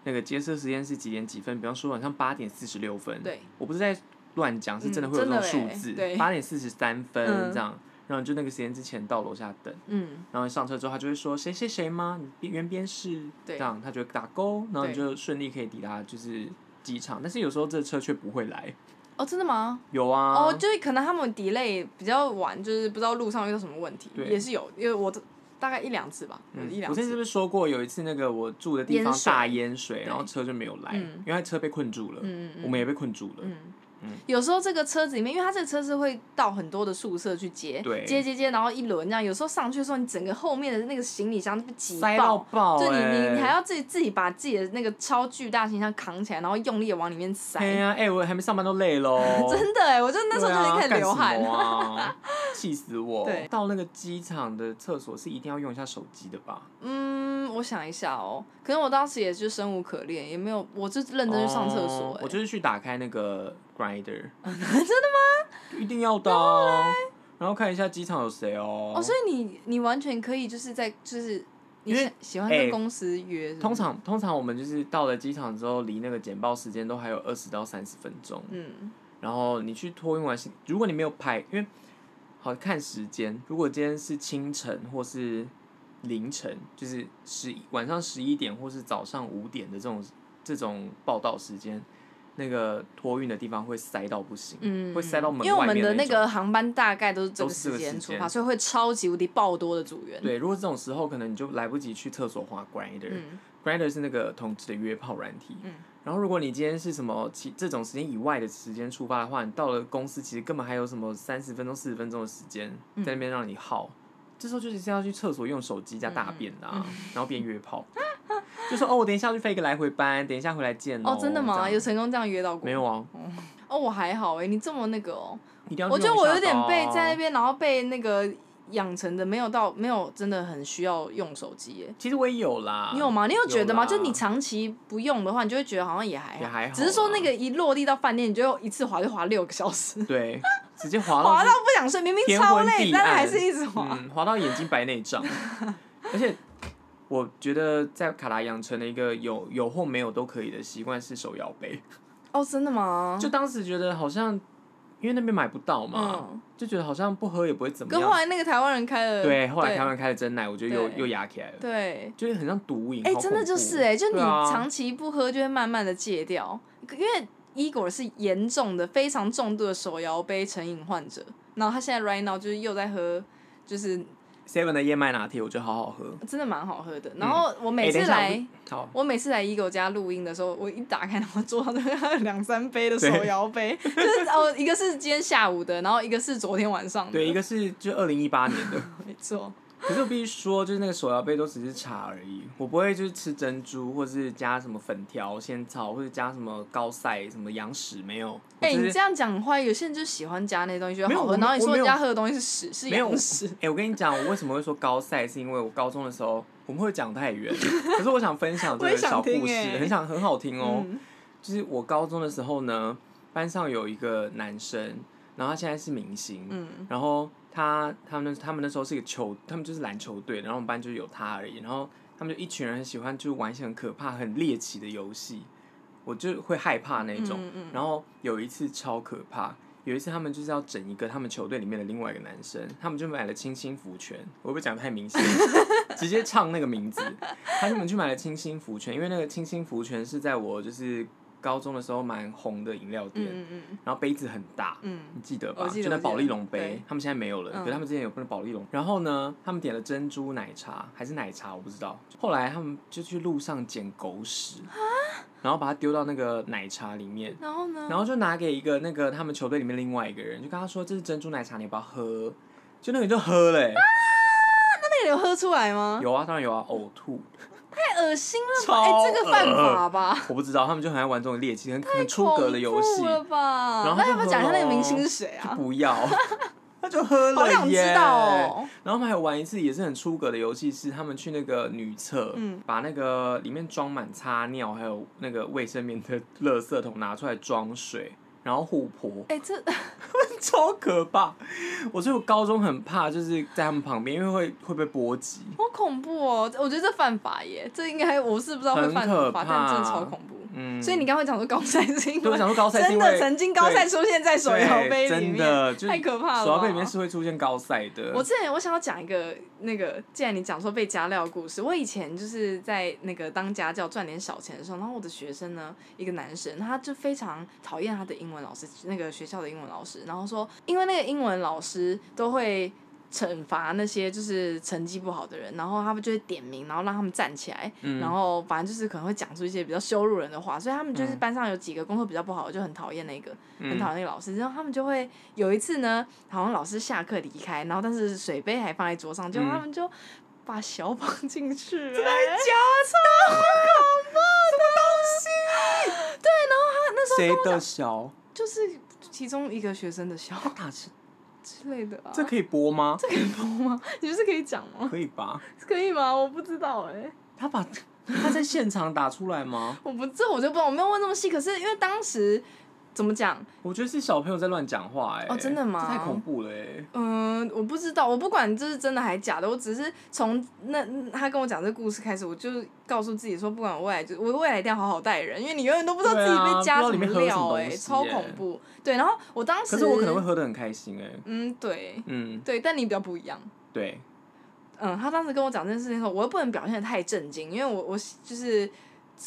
Speaker 2: 那个接车时间是几点几分，比方说晚上八点四十六分。
Speaker 1: 对，
Speaker 2: 我不是在乱讲，是真的会有
Speaker 1: 嗯
Speaker 2: 这种
Speaker 1: 真
Speaker 2: 数
Speaker 1: 的欸
Speaker 2: 字，
Speaker 1: 对
Speaker 2: 八点四十三分
Speaker 1: 嗯
Speaker 2: 这样，然后你就那个时间之前到楼下等。
Speaker 1: 嗯，
Speaker 2: 然后上车之后，他就会说谁谁谁吗？你边原边是这
Speaker 1: 对
Speaker 2: 样，他就会打勾，然后你
Speaker 1: 对
Speaker 2: 就顺利可以抵达就是机场。但是有时候这车却不会来，
Speaker 1: 哦，真的吗？
Speaker 2: 有啊，
Speaker 1: 哦，就是可能他们 delay 比较晚，就是不知道路上遇到什么问题，
Speaker 2: 对
Speaker 1: 也是有，因为我的大概一两次吧，有
Speaker 2: 嗯
Speaker 1: 一两
Speaker 2: 我之前是
Speaker 1: 次。
Speaker 2: 不是说过有一次那个我住的地方
Speaker 1: 淹水
Speaker 2: 大淹水，然后
Speaker 1: 对
Speaker 2: 车就没有来，
Speaker 1: 嗯
Speaker 2: 因为车被困住了，
Speaker 1: 嗯嗯
Speaker 2: 我们也被困住了，
Speaker 1: 嗯，有时候这个车子里面，因为它这个车是会到很多的宿舍去接
Speaker 2: 对，
Speaker 1: 接接接，然后一轮这样。有时候上去的时候，你整个后面的那个行李箱都被挤
Speaker 2: 塞到
Speaker 1: 爆，
Speaker 2: 爆、欸，
Speaker 1: 就你你你还要自己自己把自己的那个超巨大行李箱扛起来，然后用力地往里面
Speaker 2: 哎
Speaker 1: 塞。
Speaker 2: 呀，哎、我还没上班都累喽，
Speaker 1: 真的哎，我就那时候就已经开始
Speaker 2: 对啊
Speaker 1: 流汗
Speaker 2: 干什。么啊气、死我
Speaker 1: 对！
Speaker 2: 到那个机场的厕所是一定要用一下手机的吧？
Speaker 1: 嗯，我想一下哦，可能我当时也是生无可恋，也没有，我就认真去上厕所
Speaker 2: 哦
Speaker 1: 哎。
Speaker 2: 我就是去打开那个 Grinder。真 的吗？一定要的、啊。然后看一下机场有谁哦。
Speaker 1: 哦，所以你你完全可以就是在就是你
Speaker 2: 因为
Speaker 1: 喜喜欢
Speaker 2: 哎
Speaker 1: 跟公司约是不是
Speaker 2: 通常通常我们就是到了机场之后，离那个简报时间都还有二十到三十分钟。
Speaker 1: 嗯
Speaker 2: 然后你去托运完行，如果你没有排，因为好看时间，如果今天是清晨或是凌晨，就是十晚上十一点或是早上五点的这种这种报道时间，那个托运的地方会塞到不行。
Speaker 1: 嗯，
Speaker 2: 会塞到门
Speaker 1: 因为我
Speaker 2: 外
Speaker 1: 们
Speaker 2: 面
Speaker 1: 的
Speaker 2: 那
Speaker 1: 那
Speaker 2: 种
Speaker 1: 个航班大概都是这
Speaker 2: 都
Speaker 1: 个
Speaker 2: 是这个
Speaker 1: 时间
Speaker 2: 时
Speaker 1: 出
Speaker 2: 间
Speaker 1: 发，所以会超级无敌爆多的组员。
Speaker 2: 对，如果这种时候，可能你就来不及去厕所滑 Grinder、
Speaker 1: 嗯
Speaker 2: Grinder 是那个同志的约炮软体。
Speaker 1: 嗯
Speaker 2: 然后，如果你今天是什么其这种时间以外的时间出发的话，你到了公司其实根本还有什么三十分钟、四十分钟的时间
Speaker 1: 嗯
Speaker 2: 在那边让你耗。这时候就是要去厕所用手机加大便啊，
Speaker 1: 嗯
Speaker 2: 然后边约炮，就说哦，我等一下去飞一个来回班，等一下回来见
Speaker 1: 哦，真的吗？
Speaker 2: 这样
Speaker 1: 有成功这样约到过？
Speaker 2: 没有。啊？
Speaker 1: 哦，我还好哎、你这么那个哦，
Speaker 2: 一定要
Speaker 1: 我
Speaker 2: 去
Speaker 1: 觉得
Speaker 2: 用一
Speaker 1: 我
Speaker 2: 下
Speaker 1: 有点
Speaker 2: 的啊
Speaker 1: 被在那边，然后被那个养成的没有到没有真的很需要用手机哎、
Speaker 2: 其实我也有啦，
Speaker 1: 你有吗？你有觉得吗？
Speaker 2: 啊有啦
Speaker 1: 就你长期不用的话，你就会觉得好像也还
Speaker 2: 也还好
Speaker 1: 只是说
Speaker 2: 啦
Speaker 1: 那个一落地到饭店，你就一次滑就滑六个小时，
Speaker 2: 对，直接滑
Speaker 1: 滑
Speaker 2: 到
Speaker 1: 到不想睡，明 明
Speaker 2: 哦天
Speaker 1: 超
Speaker 2: 昏
Speaker 1: 累，
Speaker 2: 地
Speaker 1: 但还
Speaker 2: 暗
Speaker 1: 是一直滑。
Speaker 2: 嗯，滑到眼睛白 内障。而且我觉得在卡达养成了一个有有或没有都可以的习惯是手摇杯。
Speaker 1: 哦，真的吗？
Speaker 2: 就当时觉得好像，因为那边买不到嘛，
Speaker 1: 嗯，
Speaker 2: 就觉得好像不喝也不会怎么
Speaker 1: 跟后
Speaker 2: 样。
Speaker 1: 来那个台湾人开的，
Speaker 2: 对，后来台湾开了真奶，我觉得又
Speaker 1: 对
Speaker 2: 又压起来了，
Speaker 1: 对，
Speaker 2: 就是很像毒瘾。
Speaker 1: 哎、
Speaker 2: 好
Speaker 1: 真的
Speaker 2: 恐
Speaker 1: 就是
Speaker 2: 怖
Speaker 1: 哎、就你
Speaker 2: 对啊
Speaker 1: 长期不喝，就会慢慢的戒掉，因为 Igor 是严重的、非常重度的手摇杯成瘾患者，然后他现在 right now 就是又在喝就是
Speaker 2: Seven 的燕麦拿铁，我觉得好好喝。
Speaker 1: 真的蛮好喝的。然后我每次
Speaker 2: 哎诶等一下
Speaker 1: 来，
Speaker 2: 我好，
Speaker 1: 我每次来一狗家录音的时候，我一打开，然后桌上都有两三杯的手摇杯，就是哦，一个是今天下午的，然后一个是昨天晚上的，
Speaker 2: 对，一个是就二零一八年的，
Speaker 1: 没错，
Speaker 2: 可是我必须说，就是那个手摇杯都只是茶而已，我不会就是吃珍珠，或是加什么粉条、仙草，或者加什么高塞、什么羊屎，没有。
Speaker 1: 哎、
Speaker 2: 我就
Speaker 1: 你
Speaker 2: 是
Speaker 1: 这样讲话，有些人就喜欢加那些东西，觉
Speaker 2: 没
Speaker 1: 得好
Speaker 2: 有我
Speaker 1: 喝。
Speaker 2: 没
Speaker 1: 然后你
Speaker 2: 我
Speaker 1: 说
Speaker 2: 没
Speaker 1: 人
Speaker 2: 有
Speaker 1: 家喝的东西是屎，是
Speaker 2: 没有
Speaker 1: 羊屎。
Speaker 2: 哎、我跟你讲，我为什么会说高赛，是因为我高中的时候我们会讲 太远，可是我想分享这
Speaker 1: 我也
Speaker 2: 个
Speaker 1: 想
Speaker 2: 小故
Speaker 1: 听
Speaker 2: 事，
Speaker 1: 欸
Speaker 2: 很想很好听哦、
Speaker 1: 嗯，
Speaker 2: 就是我高中的时候呢，班上有一个男生，然后他现在是明星，
Speaker 1: 嗯
Speaker 2: 然后他他们那他们那时候是一个球，他们就是篮球队，然后我们班就有他而已，然后他们就一群人很喜欢就玩一些很可怕、很猎奇的游戏，我就会害怕那种。
Speaker 1: 嗯嗯
Speaker 2: 然后有一次超可怕，有一次他们就是要整一个他们球队里面的另外一个男生，他们就买了清新福泉，我会不会讲得太 明显？直接唱那个名字，他们去买了清新福泉，因为那个清新福泉是在我就是高中的时候蛮红的饮料店，
Speaker 1: 嗯嗯嗯
Speaker 2: 然后杯子很大，
Speaker 1: 嗯
Speaker 2: 你记得吧？
Speaker 1: 我记得
Speaker 2: 就那
Speaker 1: 我记得
Speaker 2: 保利龙
Speaker 1: 对
Speaker 2: 杯，他们现在没有了，
Speaker 1: 嗯
Speaker 2: 可他们之前有那保利龙。然后呢，他们点了珍珠奶茶还是奶茶，我不知道。后来他们就去路上捡狗屎，
Speaker 1: 啊
Speaker 2: 然后把它丢到那个奶茶里面，
Speaker 1: 然后呢？
Speaker 2: 然后就拿给一个那个他们球队里面另外一个人，就跟他说这是珍珠奶茶，你要不要喝？就那个人就喝了、欸，
Speaker 1: 那个有喝出来吗？
Speaker 2: 有啊，当然有啊，呕吐。
Speaker 1: 太恶心了吧！
Speaker 2: 超
Speaker 1: 哎、这个犯法吧？
Speaker 2: 我不知道，他们就很爱玩这种猎奇、很很出
Speaker 1: 恐
Speaker 2: 格的游戏
Speaker 1: 怖，了吧？
Speaker 2: 然后
Speaker 1: 那
Speaker 2: 就
Speaker 1: 要不要讲一下
Speaker 2: 喝
Speaker 1: 那个明星
Speaker 2: 咯
Speaker 1: 是谁啊？
Speaker 2: 不要， 他就喝
Speaker 1: 好
Speaker 2: 了
Speaker 1: 想
Speaker 2: 耶。
Speaker 1: 知道哦。
Speaker 2: 然后他们还有玩一次也是很出格的游戏，是他们去那个女厕，
Speaker 1: 嗯
Speaker 2: 把那个里面装满擦尿还有那个卫生棉的垃圾桶拿出来装水，然后互泼，
Speaker 1: 哎、这
Speaker 2: 超可怕！我所以我高中很怕，就是在他们旁边，因为会会被波及。
Speaker 1: 好恐怖哦！我觉得这犯法耶，这应该我是不知道会犯什么法，
Speaker 2: 很可怕
Speaker 1: 但真的超恐怖。
Speaker 2: 嗯，
Speaker 1: 所以你刚刚讲说高赛是因
Speaker 2: 对我
Speaker 1: 为
Speaker 2: 想说高赛是
Speaker 1: 真
Speaker 2: 因
Speaker 1: 的
Speaker 2: 为
Speaker 1: 曾经高赛出现在手摇杯里
Speaker 2: 对真
Speaker 1: 面，
Speaker 2: 的就是
Speaker 1: 太可怕了吧。
Speaker 2: 手摇杯里面是会出现高赛的。
Speaker 1: 我之前我想要讲一个那个，既然你讲说被加料的故事，我以前就是在那个当家教赚点小钱的时候，然后我的学生呢，一个男生，他就非常讨厌他的英文老师，那个学校的英文老师，然后说，因为那个英文老师都会。惩罚那些就是成绩不好的人，然后他们就会点名，然后让他们站起来，
Speaker 2: 嗯
Speaker 1: 然后反正就是可能会讲出一些比较羞辱人的话，所以他们就是
Speaker 2: 嗯
Speaker 1: 班上有几个功课比较不好，就很讨厌那个，很
Speaker 2: 嗯
Speaker 1: 讨厌那个老师，然后他们就会有一次呢，好像老师下课离开，然后但是水杯还放在桌上，结果
Speaker 2: 嗯
Speaker 1: 他们就把小绑 进去、欸，真的
Speaker 2: 假 的？
Speaker 1: 对，然后他那时候
Speaker 2: 谁的小？
Speaker 1: 就是其中一个学生的小
Speaker 2: 大只
Speaker 1: 之类的啊，
Speaker 2: 这可以播吗？
Speaker 1: 这可以播吗？ 你们是可以讲吗？
Speaker 2: 可以吧？
Speaker 1: 可以吗？我不知道哎、
Speaker 2: 他把他在现场打出来吗？
Speaker 1: 我不这我就不知道，我没有问那么细，可是因为当时怎么讲，
Speaker 2: 我觉得是小朋友在乱讲话、哎，
Speaker 1: 哦真的吗
Speaker 2: 这太恐怖了、哎，
Speaker 1: 嗯，我不知道，我不管这是真的还假的，我只是从那他跟我讲这故事开始，我就告诉自己说，不管我未来就我未来一定要好好待人，因为你永远都不知道自己被加
Speaker 2: 对啊不知道里面喝什
Speaker 1: 料
Speaker 2: 么
Speaker 1: 哎、
Speaker 2: 东西
Speaker 1: 超
Speaker 2: 耶
Speaker 1: 恐怖。对，然后我当时，
Speaker 2: 可是我可能会喝的很开心、哎，
Speaker 1: 嗯，对
Speaker 2: 嗯，
Speaker 1: 对，但你比较不一样。
Speaker 2: 对，
Speaker 1: 嗯，他当时跟我讲这件事情后，我又不能表现的太震惊，因为我我就是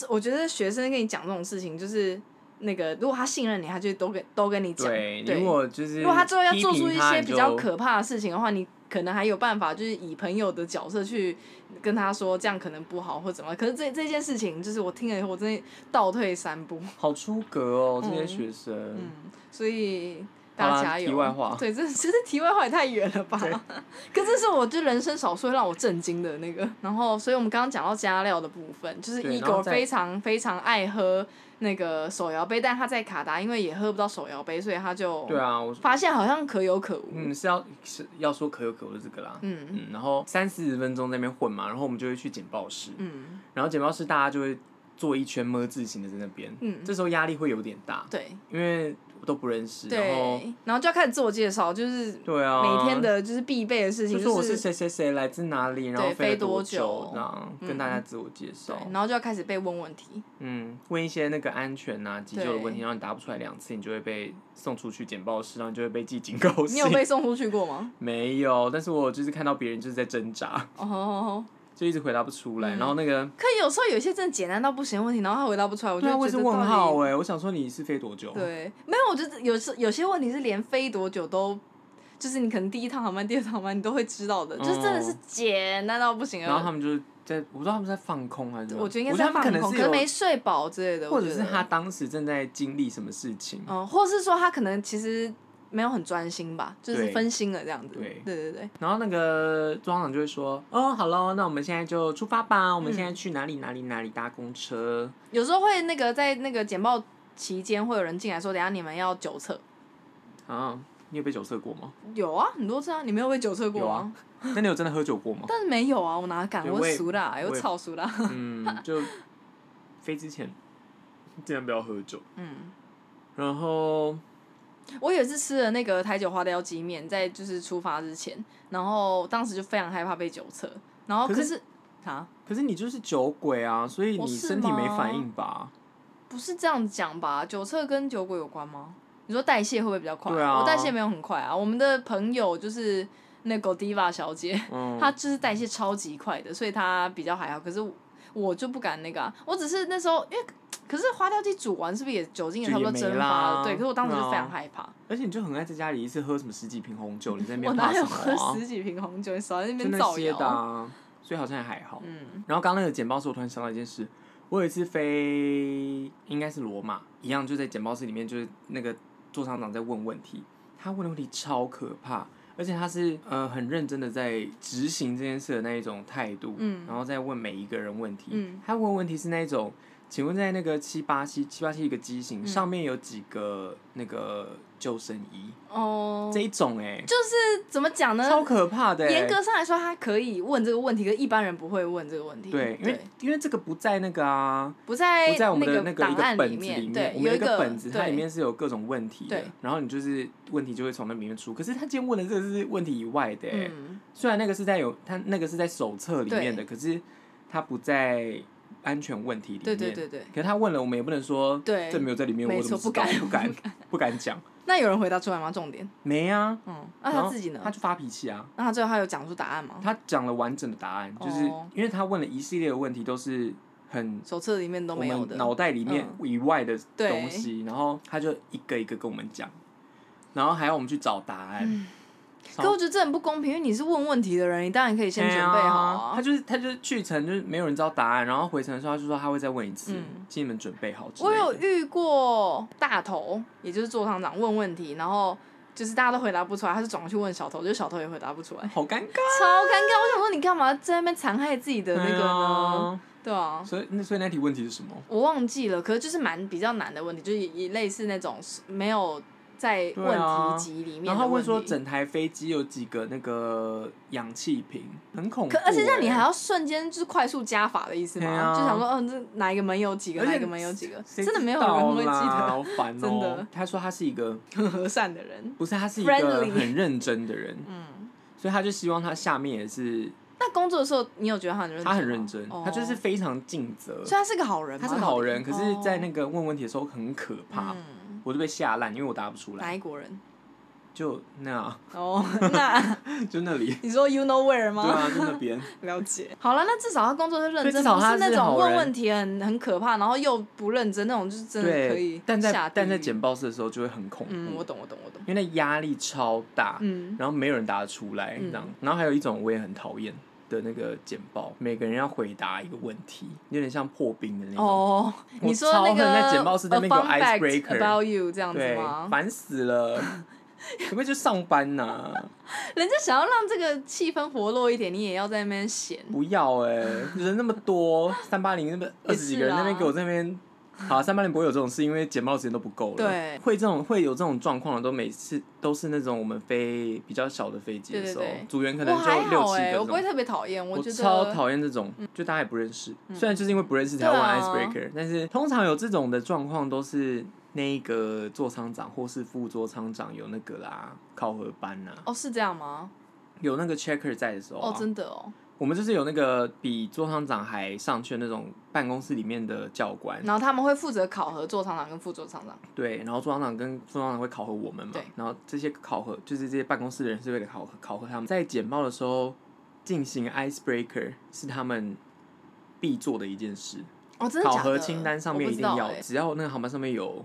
Speaker 1: 我觉得学生跟你讲这种事情，就是那个如果他信任你，他就都跟都跟你讲。
Speaker 2: 对，
Speaker 1: 对
Speaker 2: 如果就是
Speaker 1: 如果他之后要做出一
Speaker 2: 批评他
Speaker 1: 些比较，
Speaker 2: 你
Speaker 1: 可怕的事情的话，你可能还有办法，就是以朋友的角色去跟他说，这样可能不好或怎么样。可是这这件事情，就是我听了以后，我真的倒退三步。
Speaker 2: 就好出格哦，这
Speaker 1: 嗯
Speaker 2: 些学生，
Speaker 1: 嗯，所以
Speaker 2: 好啦
Speaker 1: 大家加油。
Speaker 2: 题外话
Speaker 1: 对，这其实题外话也太远了吧？ 可这是我就人生少数会让我震惊的那个。然后，所以我们刚刚讲到加料的部分，就是
Speaker 2: 对
Speaker 1: e
Speaker 2: 然后
Speaker 1: 狗
Speaker 2: 再
Speaker 1: 非常非常爱喝那个手摇杯，但他在卡达因为也喝不到手摇杯，所以他就
Speaker 2: 对啊，我
Speaker 1: 发现好像可有可无。
Speaker 2: 嗯是要是要说可有可无的这个啦，
Speaker 1: 嗯
Speaker 2: 嗯，然后三四十分钟在那边混嘛，然后我们就会去简报室，
Speaker 1: 嗯，
Speaker 2: 然后简报室大家就会做一圈么字形的在那边，
Speaker 1: 嗯
Speaker 2: 这时候压力会有点大，
Speaker 1: 对
Speaker 2: 因为我都不认识，然后
Speaker 1: 对，然后就要开始自我介绍，就是
Speaker 2: 对啊，
Speaker 1: 每天的就是必备的事情，
Speaker 2: 就
Speaker 1: 就是
Speaker 2: 我是谁谁谁，来自哪里，然后
Speaker 1: 对
Speaker 2: 飞
Speaker 1: 飞
Speaker 2: 了
Speaker 1: 多
Speaker 2: 多
Speaker 1: 久
Speaker 2: 这样
Speaker 1: 嗯
Speaker 2: 跟大家自我介绍
Speaker 1: 对，，然后就要开始被问问题。
Speaker 2: 嗯，问一些那个安全啊、急救的问题，
Speaker 1: 对
Speaker 2: 然后你答不出来两次，你就会被送出去简报室，然后你就会被记警告
Speaker 1: 你
Speaker 2: 信
Speaker 1: 有。被送出去过吗？
Speaker 2: 没有，但是我就是看到别人就是在挣扎，
Speaker 1: 哦，
Speaker 2: 就一直回答不出来，
Speaker 1: 嗯
Speaker 2: 然后那个。
Speaker 1: 可有时候有一些真的简单到不行的问题，然后他回答不出来，我就
Speaker 2: 对啊，我
Speaker 1: 会
Speaker 2: 也是
Speaker 1: 觉得
Speaker 2: 问
Speaker 1: 到
Speaker 2: 号
Speaker 1: 底
Speaker 2: 哎、我想说你是飞多久？
Speaker 1: 对，没有，我觉得有时有些问题是连飞多久都就是你可能第一趟航班、第二趟航班你都会知道的，就是真的是
Speaker 2: 哦
Speaker 1: 简单到不行
Speaker 2: 然后他
Speaker 1: 了。
Speaker 2: 们就是在，我不知道他们是在放空还是什么，
Speaker 1: 我觉得应该
Speaker 2: 我
Speaker 1: 是
Speaker 2: 觉
Speaker 1: 在
Speaker 2: 他们
Speaker 1: 放
Speaker 2: 可
Speaker 1: 空，
Speaker 2: 能
Speaker 1: 可
Speaker 2: 是有
Speaker 1: 能没睡饱之类的。
Speaker 2: 或
Speaker 1: 我
Speaker 2: 者
Speaker 1: 觉
Speaker 2: 是
Speaker 1: 得
Speaker 2: 他当时正在经历什么事情，
Speaker 1: 嗯，或是说他可能其实没有很专心吧，就是
Speaker 2: 对
Speaker 1: 分心了这样子。
Speaker 2: 对
Speaker 1: 对对对，
Speaker 2: 然后那个庄长就会说：“哦，好喽，那我们现在就出发吧，我们现在去哪里哪里哪里搭公车。
Speaker 1: 有时候会那个在那个简报期间会有人进来说，等一下你们要酒测。
Speaker 2: 啊，你有被酒测过 吗？
Speaker 1: 有啊，很多次啊，你没有被酒测过
Speaker 2: 有
Speaker 1: 吗？
Speaker 2: 啊？那你有真的喝酒过吗
Speaker 1: 但是没有啊，我哪敢？
Speaker 2: 对
Speaker 1: 我
Speaker 2: 我也
Speaker 1: 熟啦，
Speaker 2: 我
Speaker 1: 又
Speaker 2: 也
Speaker 1: 超熟啦。
Speaker 2: 嗯，就飞之前尽量不要喝酒。
Speaker 1: 嗯，
Speaker 2: 然后
Speaker 1: 我有一次吃了那个台酒花雕鸡面，在就是出发之前，然后当时就非常害怕被酒测，然后
Speaker 2: 可
Speaker 1: 可
Speaker 2: 是
Speaker 1: 是啊，
Speaker 2: 可是你就是酒鬼啊，所以
Speaker 1: 我
Speaker 2: 你
Speaker 1: 是
Speaker 2: 身体没
Speaker 1: 吗
Speaker 2: 反应吧？
Speaker 1: 不是这样讲吧？酒测跟酒鬼有关吗？你说代谢会不会比较快？
Speaker 2: 对啊
Speaker 1: 我代谢没有很快啊。我们的朋友就是那个 Diva 小姐，
Speaker 2: 嗯，
Speaker 1: 她就是代谢超级快的，所以她比较还好。可是我我就不敢那个、啊，我只是那时候因为。可是花雕鸡煮完是不是也酒精也
Speaker 2: 就
Speaker 1: 差不多
Speaker 2: 也没
Speaker 1: 蒸发了？
Speaker 2: 啦
Speaker 1: 对，可是我当时就
Speaker 2: 对啊
Speaker 1: 非常害怕。
Speaker 2: 而且你就很爱在家里一次喝什么十几瓶红酒，你在那
Speaker 1: 我
Speaker 2: 边怕
Speaker 1: 哪
Speaker 2: 什
Speaker 1: 有
Speaker 2: 么、
Speaker 1: 喝
Speaker 2: 啊？
Speaker 1: 十几瓶红酒？你少在那
Speaker 2: 就
Speaker 1: 边
Speaker 2: 那
Speaker 1: 造
Speaker 2: 些
Speaker 1: 谣。
Speaker 2: 的、啊，所以好像也还好。
Speaker 1: 嗯，
Speaker 2: 然后刚刚那个简报室，我突然想到一件事，我有一次飞，应该是罗马，一样就在简报室里面，就是那个座舱长在问问题，他问的问题超可怕，而且他是呃很认真的在执行这件事的那一种态度，
Speaker 1: 嗯
Speaker 2: 然后再问每一个人问题，
Speaker 1: 嗯
Speaker 2: 他问问题是那一种，请问在那个七八七七八七一个机型、
Speaker 1: 嗯
Speaker 2: 上面有几个那个救生衣、
Speaker 1: 哦
Speaker 2: 这，一种哎、
Speaker 1: 就是怎么讲呢？
Speaker 2: 超可怕的、欸，
Speaker 1: 严格上来说，他可以问这个问题，可是一般人不会问这个问题。
Speaker 2: 对，因为因为这个不在那个啊。
Speaker 1: 不在
Speaker 2: 不在我们的
Speaker 1: 那
Speaker 2: 那个一
Speaker 1: 档
Speaker 2: 个
Speaker 1: 案
Speaker 2: 本
Speaker 1: 里
Speaker 2: 子里
Speaker 1: 面，
Speaker 2: 面
Speaker 1: 对，，
Speaker 2: 我们
Speaker 1: 有
Speaker 2: 有
Speaker 1: 一
Speaker 2: 一个本子，它
Speaker 1: 对
Speaker 2: 里面是有各种问题的
Speaker 1: 对，
Speaker 2: 然后你就是问题就会从那里面出。可是他今天问的这个是问题以外的、欸，
Speaker 1: 嗯，
Speaker 2: 虽然那个是在有他那个是在手册里面的，
Speaker 1: 对
Speaker 2: 可是他不在安全问题里面。
Speaker 1: 对对对对。
Speaker 2: 可是他问了，我们也不能说
Speaker 1: 对
Speaker 2: 这没有在里面，
Speaker 1: 没
Speaker 2: 我怎
Speaker 1: 错
Speaker 2: 么知道
Speaker 1: 不
Speaker 2: 不
Speaker 1: 敢
Speaker 2: 敢不敢讲，
Speaker 1: 那有人回答出来吗？重点，
Speaker 2: 没啊。
Speaker 1: 嗯，那
Speaker 2: 然
Speaker 1: 他
Speaker 2: 后
Speaker 1: 自己呢
Speaker 2: 他？就发脾气啊！
Speaker 1: 那他最后他有讲出答案吗？
Speaker 2: 他讲了完整的答案，就是
Speaker 1: 哦
Speaker 2: 因为他问了一系列的问题，都是很
Speaker 1: 手册里面都
Speaker 2: 我
Speaker 1: 没有
Speaker 2: 们
Speaker 1: 的。嗯
Speaker 2: 脑袋里面以外的东西，然后他就一个一个跟我们讲，然后还要我们去找答案。
Speaker 1: 嗯
Speaker 2: 超
Speaker 1: 可我觉得这很不公平，因为你是问问题的人，你当然可以先
Speaker 2: 哎
Speaker 1: 准
Speaker 2: 呀
Speaker 1: 备好
Speaker 2: 他
Speaker 1: 啊。
Speaker 2: 就是他就是去程就是没有人知道答案，然后回程的时候他就说他会再问一次，
Speaker 1: 嗯
Speaker 2: 请你们准备好之类
Speaker 1: 我
Speaker 2: 的。
Speaker 1: 有遇过大头，也就是座舱长问问题，然后就是大家都回答不出来，他就转过去问小头，就小头也回答不出 来，
Speaker 2: 好尴尬啊
Speaker 1: 超尴尬。我想说，你干嘛在那边残害自己的那个呢？、对啊
Speaker 2: 哎呀，所以那所以那题问题是什么？
Speaker 1: 我忘记了，可是就是蛮比较难的问题，就是也类似那种没有在
Speaker 2: 对啊
Speaker 1: 问题集里面的
Speaker 2: 然后他问
Speaker 1: 问
Speaker 2: 说
Speaker 1: 题
Speaker 2: 整台飞机有几个那个氧气瓶，很恐怖、
Speaker 1: 可而且这样你
Speaker 2: 哎
Speaker 1: 还要瞬间就是快速加法的意思吗？
Speaker 2: 对啊
Speaker 1: 就想说，嗯、这哪一个门有几个，
Speaker 2: 而且
Speaker 1: 哪一个门有几个，
Speaker 2: 谁
Speaker 1: 真的没有
Speaker 2: 知道
Speaker 1: 人会记
Speaker 2: 啦
Speaker 1: 得。
Speaker 2: 好烦哦、
Speaker 1: 真的
Speaker 2: 他说他是一个
Speaker 1: 很和善的人，
Speaker 2: 不是他是一
Speaker 1: Friendly
Speaker 2: 个很认真的人，
Speaker 1: 嗯。
Speaker 2: 所以他就希望他下面也是，
Speaker 1: 那工作的时候，你有觉得他很认真吗？
Speaker 2: 他很认真，
Speaker 1: 哦
Speaker 2: 他就是非常尽责，
Speaker 1: 所以他是个好人吗，
Speaker 2: 他是好人，可
Speaker 1: 到底
Speaker 2: 是，在那
Speaker 1: 哦
Speaker 2: 个问问题的时候很可怕，
Speaker 1: 嗯
Speaker 2: 我就被吓烂，因为我答不出
Speaker 1: 哪
Speaker 2: 来，
Speaker 1: 一国人？
Speaker 2: 就那
Speaker 1: 哦， 那
Speaker 2: 就那里，
Speaker 1: 你说 you know where
Speaker 2: 对
Speaker 1: 吗？
Speaker 2: 啊，就那边，
Speaker 1: 了解。好了，那至少他工作是认
Speaker 2: 对
Speaker 1: 真，
Speaker 2: 至少
Speaker 1: 不
Speaker 2: 他
Speaker 1: 那
Speaker 2: 是
Speaker 1: 种
Speaker 2: 好
Speaker 1: 问
Speaker 2: 人
Speaker 1: 问题很很可怕，然后又不认真那种，就是 真的可以
Speaker 2: 对，但在
Speaker 1: 下地
Speaker 2: 但在
Speaker 1: 狱
Speaker 2: 简报室的时候就会很恐怖，
Speaker 1: 嗯，我懂，我懂，我懂。
Speaker 2: 因为那压力超大，
Speaker 1: 嗯，
Speaker 2: 然后没有人答得出来，
Speaker 1: 嗯
Speaker 2: 这样，然后还有一种我也很讨厌的那个简报，每个人要回答一个问题，有点像破冰的那种。
Speaker 1: 哦，
Speaker 2: 我
Speaker 1: 你说
Speaker 2: 超
Speaker 1: 那
Speaker 2: 恨
Speaker 1: 个
Speaker 2: 在简报室那
Speaker 1: a
Speaker 2: 边给
Speaker 1: fun
Speaker 2: 我
Speaker 1: fact
Speaker 2: icebreaker
Speaker 1: about you 这样子
Speaker 2: 对，
Speaker 1: 吗？
Speaker 2: 烦 死了，可不可以去上班呐、
Speaker 1: 人家想要让这个气氛活络一点，你也要在那边闲。
Speaker 2: 不要哎、人那么 多，三八零那边二十几个人
Speaker 1: 也是啊
Speaker 2: 那边给我这边。 好，三八零不会有这种事，因为简报时间都不够了。
Speaker 1: 对
Speaker 2: 会这种会有这种状况的，都每次都是那种我们飞比较小的飞机的时候，
Speaker 1: 对对对
Speaker 2: 组员可
Speaker 1: 我
Speaker 2: 能就
Speaker 1: 还
Speaker 2: 六
Speaker 1: 好
Speaker 2: 七
Speaker 1: 哎、
Speaker 2: 个这
Speaker 1: 我不会
Speaker 2: 种。
Speaker 1: 特别讨厌，
Speaker 2: 我
Speaker 1: 觉
Speaker 2: 超
Speaker 1: 得嗯
Speaker 2: 讨厌这种，就大家也不认识。虽然就是因为不认识才要
Speaker 1: 对
Speaker 2: 玩
Speaker 1: 啊
Speaker 2: icebreaker，、但是通常有这种的状况都是那个座舱长或是副座舱长有那个啦，考核班啦，
Speaker 1: 哦是这样吗？
Speaker 2: 有那个 checker 在的时候、啊。
Speaker 1: 哦，真的哦，
Speaker 2: 我们就是有那个比座舱长还上去的那种办公室里面的教官，
Speaker 1: 然后他们会负责考核座厂长跟副座厂长，
Speaker 2: 对，然后座舱长跟副舱长会考核我们嘛
Speaker 1: 对，
Speaker 2: 然后这些考核就是这些办公室的人是为了考核考核他们，在简报的时候进行 icebreaker 是他们必做的一件事，
Speaker 1: 哦真的
Speaker 2: 考
Speaker 1: 假的？
Speaker 2: 核清单上面
Speaker 1: 我
Speaker 2: 一
Speaker 1: 不知
Speaker 2: 定
Speaker 1: 道
Speaker 2: 要，
Speaker 1: 欸
Speaker 2: 只要那个航班上面有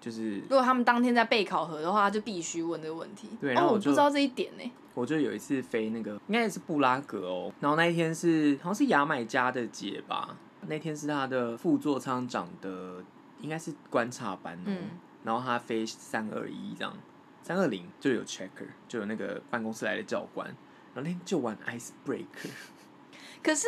Speaker 2: 就是
Speaker 1: 如果他们当天在备考核的话，就必须问这个问题。
Speaker 2: 对然
Speaker 1: 哦，
Speaker 2: 后
Speaker 1: 我
Speaker 2: 我
Speaker 1: 不
Speaker 2: 就
Speaker 1: 知道这一点呢、
Speaker 2: 我就有一次飞那个，应该也是布拉格哦。然后那一天是好像是牙买加的节吧，那天是他的副座舱长的，应该是观察班哦。
Speaker 1: 嗯
Speaker 2: 然后他飞三二一这样，三二零就有 checker，就有那个办公室来的教官。然后那天就玩 ice breaker，
Speaker 1: 可是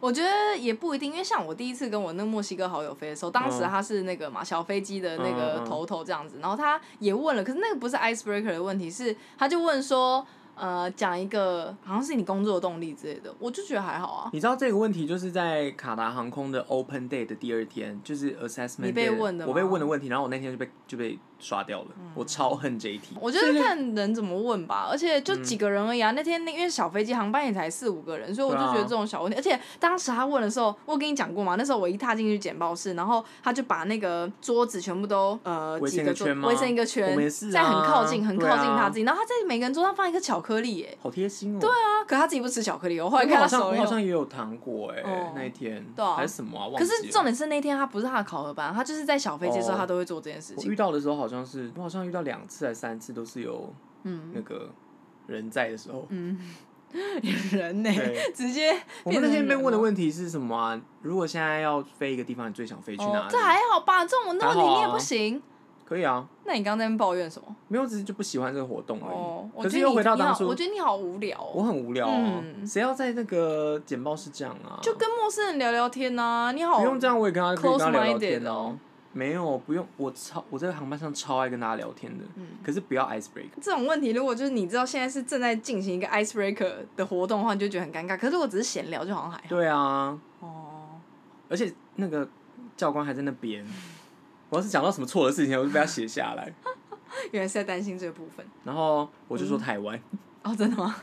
Speaker 1: 我觉得也不一定，因为像我第一次跟我那个墨西哥好友飞的时候，当时
Speaker 2: 嗯
Speaker 1: 他是那个嘛小飞机的那个
Speaker 2: 嗯嗯嗯
Speaker 1: 头头这样子，然后他也问了，可是那个不是 icebreaker 的问题，是他就问说，呃，讲一个好像是你工作动力之类的，我就觉得还好啊。
Speaker 2: 你知道这个问题就是在卡达航空的 open day 的第二天，就是 assessment，
Speaker 1: 你被
Speaker 2: day
Speaker 1: 问的吗嗯
Speaker 2: 我被问的问题，然后我那天就被就被刷掉了，我超恨这一题。
Speaker 1: 我觉得看人怎么问吧，而且
Speaker 2: 嗯
Speaker 1: 就几个人而已啊。那天那因为小飞机航班也才四五个人，所以我就
Speaker 2: 对啊
Speaker 1: 觉得这种小问题。而且当时他问的时候，我跟你讲过嘛，那时候我一踏进去简报室，然后他就把那个桌子全部都呃
Speaker 2: 围成
Speaker 1: 几
Speaker 2: 一
Speaker 1: 个
Speaker 2: 个
Speaker 1: 桌
Speaker 2: 圈吗
Speaker 1: 围成一个圈
Speaker 2: 我们也是啊
Speaker 1: 这样很靠近，很靠
Speaker 2: 对啊
Speaker 1: 近他自己。然后他在每个人桌上放一个巧克力耶，
Speaker 2: 好贴心哦！对啊，
Speaker 1: 啊，可他自己不吃巧克力，我后来
Speaker 2: 我
Speaker 1: 看他
Speaker 2: 好像
Speaker 1: 手
Speaker 2: 我
Speaker 1: 里
Speaker 2: 好
Speaker 1: 有。
Speaker 2: 像也有糖果哎、
Speaker 1: 哦
Speaker 2: 那一天
Speaker 1: 对啊
Speaker 2: 还是什么啊？忘
Speaker 1: 可
Speaker 2: 记了
Speaker 1: 是重点是那天他不是他的考核班，他就是在小飞机的时候
Speaker 2: 哦
Speaker 1: 他都会做这件事
Speaker 2: 我
Speaker 1: 情。
Speaker 2: 遇到的时候好像是我好像遇到两次还是三次都是有那个人在的时候。
Speaker 1: 嗯人呢、
Speaker 2: 对
Speaker 1: 直接
Speaker 2: 我们那天被问
Speaker 1: 题。
Speaker 2: 的问题是什么啊？如果现在要飞一个地方，你最想飞去哪
Speaker 1: 哦
Speaker 2: 里？，
Speaker 1: 这还好吧？这种问
Speaker 2: 还
Speaker 1: 题
Speaker 2: 好啊
Speaker 1: 你也不行。
Speaker 2: 可以啊，
Speaker 1: 那你刚刚在那边抱怨什么？
Speaker 2: 没有只是就不喜欢这个活动而已。
Speaker 1: 哦，我
Speaker 2: 可
Speaker 1: 觉得
Speaker 2: 是又
Speaker 1: 你
Speaker 2: 回到
Speaker 1: 你
Speaker 2: 当
Speaker 1: 好我
Speaker 2: 初，
Speaker 1: 觉得你好无聊哦，
Speaker 2: 我很无聊啊，
Speaker 1: 嗯
Speaker 2: 谁要在那个简报室这样啊？
Speaker 1: 就跟陌生人聊聊天呐、你好，
Speaker 2: 不用这样，我也跟他可以跟他聊聊
Speaker 1: close-minded
Speaker 2: 天
Speaker 1: 哦
Speaker 2: 哦。没有，不用，我超我在航班上超爱跟大家聊天的，
Speaker 1: 嗯
Speaker 2: 可是不要 ice break。
Speaker 1: 这种问题，如果就是你知道现在是正在进行一个 icebreaker 的活动的话，你就觉得很尴尬。可是我只是闲聊，就好像还好。
Speaker 2: 对啊，
Speaker 1: 哦，
Speaker 2: 而且那个教官还在那边，我要是讲到什么错的事情，我就被他写下来，
Speaker 1: 原来是在担心这个部分。
Speaker 2: 然后我就说台湾，
Speaker 1: 哦，真的吗？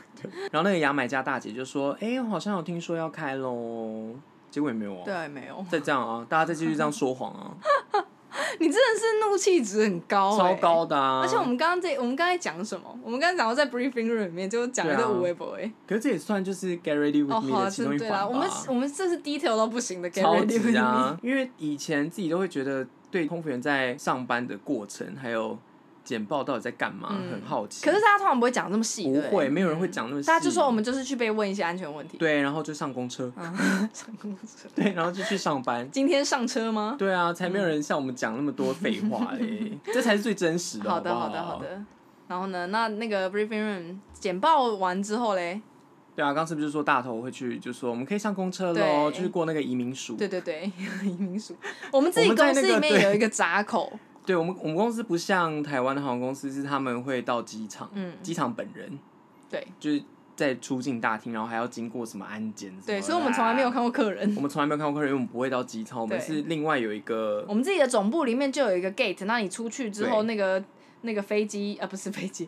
Speaker 2: 然后那个牙买加大姐就说：“哎、我好像有听说要开喽。”结果也没有啊，
Speaker 1: 对，没有。
Speaker 2: 再这样啊，大家再继续这样说 谎啊，
Speaker 1: 你真的是怒气值很高、欸
Speaker 2: 超。高的
Speaker 1: 哦
Speaker 2: 啊！
Speaker 1: 而且我们刚刚在我们刚才讲什么？我们刚才讲到在 briefing room 里面就讲了
Speaker 2: 对
Speaker 1: 这
Speaker 2: 啊
Speaker 1: 无微博哎。
Speaker 2: 可是这也算就是 get ready
Speaker 1: 哦，
Speaker 2: with me
Speaker 1: 好、啊，
Speaker 2: 的其中
Speaker 1: 真
Speaker 2: 一
Speaker 1: 对
Speaker 2: 环
Speaker 1: 啦，
Speaker 2: 吧。
Speaker 1: 我们我们这是 detail 到不行的 get
Speaker 2: 超
Speaker 1: ready with
Speaker 2: 级
Speaker 1: me。
Speaker 2: 啊！因为以前自己都会觉得对空服员在上班的过程，还有简报到底在干嘛，
Speaker 1: 嗯
Speaker 2: 很好奇。
Speaker 1: 可是大家通常不会讲这么细，欸
Speaker 2: 不
Speaker 1: 对
Speaker 2: 会，
Speaker 1: 对
Speaker 2: 没有人会讲那么细。
Speaker 1: 大家就说我们就是去被问一些安全问题。
Speaker 2: 对，然后就上公车，
Speaker 1: 上公车。
Speaker 2: 对，然后就去上班。
Speaker 1: 今天上车吗？
Speaker 2: 对啊，才没有
Speaker 1: 嗯
Speaker 2: 人像我们讲那么多废 话嘞，这才是最真实的。
Speaker 1: 好
Speaker 2: 好
Speaker 1: 的，
Speaker 2: 不
Speaker 1: 好的，好。的。然后呢，那那个 briefing room 简报完之后嘞，
Speaker 2: 对啊，刚刚是不是说大头会去，就说我们可以上公车喽，
Speaker 1: 对
Speaker 2: 就是过那个移民署。
Speaker 1: 对对对， 移民署，我们自己
Speaker 2: 我们在
Speaker 1: 公司
Speaker 2: 那个
Speaker 1: 里面
Speaker 2: 对
Speaker 1: 有一个闸口，
Speaker 2: 对我们，我们公司不像台湾的航空公司，是他们会到机场，
Speaker 1: 嗯
Speaker 2: 机场本人
Speaker 1: 对
Speaker 2: 就是在出境大厅，然后还要经过什么安检什么的
Speaker 1: 对，所以我们从来没有，看过客 人。
Speaker 2: 我们从来没有看过客人，因为我们不会到机舱，我们
Speaker 1: 对
Speaker 2: 是另外有一个
Speaker 1: 我们自己的总部里面就有一个 gate，那你出去之后，
Speaker 2: 对
Speaker 1: 那个那个飞机啊，不是飞机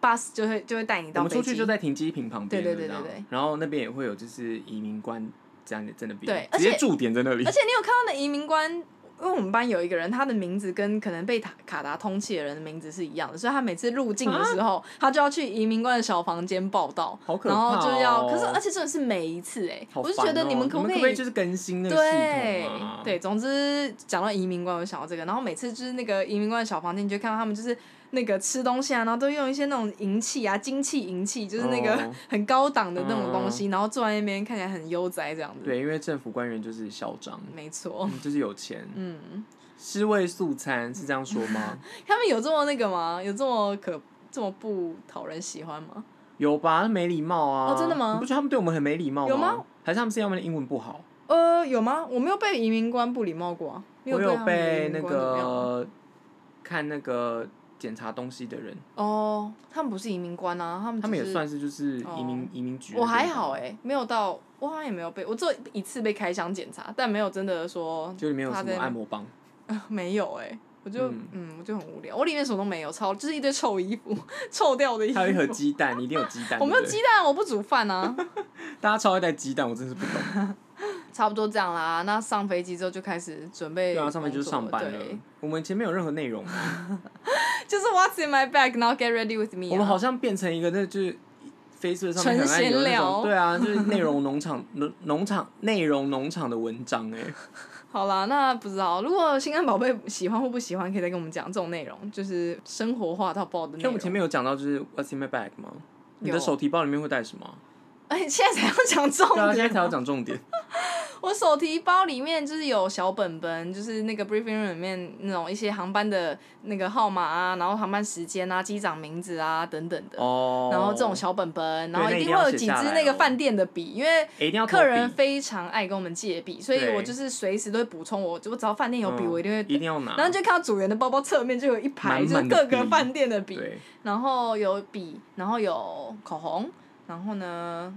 Speaker 1: ，bus 就会就会带你
Speaker 2: 我
Speaker 1: 到
Speaker 2: 们
Speaker 1: 飞
Speaker 2: 出去
Speaker 1: 机
Speaker 2: 就。在停机坪旁边，
Speaker 1: 对对对
Speaker 2: 这样
Speaker 1: 对对
Speaker 2: 然后那边也会有就是移民官这样的在那边，
Speaker 1: 对而
Speaker 2: 直
Speaker 1: 且
Speaker 2: 接驻点在那里
Speaker 1: 而。且你有看到那移民官，因为我们班有一个人，他的名字跟可能被卡卡达通缉的人的名字是一样的，所以他每次入境的时候，他就要去移民官的小房间报到，
Speaker 2: 啊好可怕
Speaker 1: 然
Speaker 2: 哦
Speaker 1: 后就要，可是而且真的是每一次哎、
Speaker 2: 好
Speaker 1: 我就
Speaker 2: 烦
Speaker 1: 觉得
Speaker 2: 哦
Speaker 1: 你
Speaker 2: 你
Speaker 1: 们
Speaker 2: 们
Speaker 1: 可不
Speaker 2: 可
Speaker 1: 以？
Speaker 2: 以就是更新那个系
Speaker 1: 对
Speaker 2: 统啊？
Speaker 1: 对，总之讲到移民官，我就想到这个，然后每次就是那个移民官的小房间，你就看到他们就是那个吃东西啊，然后都用一些那种银器啊、金器、银器，就是那个
Speaker 2: 哦嗯
Speaker 1: 很高档的那种东西，然后坐在那边看起来很悠哉这样子。
Speaker 2: 对，因为政府官员就是嚣张，
Speaker 1: 没错，
Speaker 2: 嗯就是有钱，
Speaker 1: 嗯。
Speaker 2: 尸位素餐是这样说 吗？
Speaker 1: 他们有这么那个吗？有这么可这么不讨人喜欢吗？
Speaker 2: 有吧？没礼貌啊！
Speaker 1: 哦真的吗
Speaker 2: 你不觉得他们对我们很没礼貌
Speaker 1: 有吗？
Speaker 2: 还是他们是因为他们的英文不好？
Speaker 1: 呃，有吗？我没有被移民官不礼貌过啊。你
Speaker 2: 我
Speaker 1: 对
Speaker 2: 有
Speaker 1: 他们的
Speaker 2: 被
Speaker 1: 移
Speaker 2: 那
Speaker 1: 民官怎么样吗
Speaker 2: 个看那个检查东西的人，
Speaker 1: 哦，他们不是移民官啊，他们、
Speaker 2: 他们也。算是就是
Speaker 1: 哦
Speaker 2: 移民移民局。啊
Speaker 1: 我还好哎、，没有到，我好像也没有被，我只有一次被开箱检查，但没有真的说
Speaker 2: 就里面有
Speaker 1: 他
Speaker 2: 什么
Speaker 1: 在那
Speaker 2: 按摩棒，
Speaker 1: 没有哎、我就嗯
Speaker 2: 嗯
Speaker 1: 我就很无聊，我里面什么都没有，超就是一堆臭衣服， 臭掉的衣服。
Speaker 2: 还有一盒鸡蛋，你一定有鸡蛋。
Speaker 1: 我没有
Speaker 2: 对不对
Speaker 1: 鸡，蛋，我不煮饭啊。
Speaker 2: 大家超爱带鸡蛋，我真是不懂。
Speaker 1: 差不多这样啦。那上飞机之后就开始准备工作
Speaker 2: 对啊，
Speaker 1: 了，
Speaker 2: 上面就是上班
Speaker 1: 对
Speaker 2: 了。我们前面有任何内容吗？
Speaker 1: 就是 What's in my bag，然后 Get ready with me、啊。
Speaker 2: 我们好像变成一个，那就是 Facebook 上
Speaker 1: 纯
Speaker 2: 面很爱有
Speaker 1: 闲
Speaker 2: 那
Speaker 1: 聊
Speaker 2: 种，对啊，就是内容农场、农农场内容农场的文章哎、
Speaker 1: 好啦，那不知道，如果心肝宝贝喜欢或不喜欢，可以再跟我们讲这种内容，就是生活化到爆的内
Speaker 2: 因为
Speaker 1: 容
Speaker 2: 我们。前面有讲到就是 What's in my bag 吗？你的
Speaker 1: 有
Speaker 2: 手提包里面会带什么啊？
Speaker 1: 哎、现在才要讲重
Speaker 2: 对啊，现在
Speaker 1: 点
Speaker 2: 才要讲重点。
Speaker 1: 我手提包里面就是有小本本，就是那个 briefing room 里面那种一些航班的那个号码啊，然后航班时间啊、机长名字啊等等的。
Speaker 2: 哦。
Speaker 1: 然后这种小本本，
Speaker 2: 对
Speaker 1: 然后
Speaker 2: 那一
Speaker 1: 定
Speaker 2: 定
Speaker 1: 会
Speaker 2: 要
Speaker 1: 有
Speaker 2: 写
Speaker 1: 几
Speaker 2: 下
Speaker 1: 支
Speaker 2: 来
Speaker 1: 那个
Speaker 2: 哦
Speaker 1: 饭店的笔，因为
Speaker 2: 欸一定要
Speaker 1: 客人
Speaker 2: 投币
Speaker 1: 非常爱跟我们借笔，所以
Speaker 2: 对
Speaker 1: 我就是随时都会补充我，就我只要饭店有笔，
Speaker 2: 嗯
Speaker 1: 我一定会。
Speaker 2: 一定要拿。
Speaker 1: 然后就看到组员的包包侧面就有一排，
Speaker 2: 满满
Speaker 1: 就是
Speaker 2: 的
Speaker 1: 各个
Speaker 2: 笔
Speaker 1: 饭店的笔，
Speaker 2: 对，
Speaker 1: 然后有笔，然后有口红，然后呢，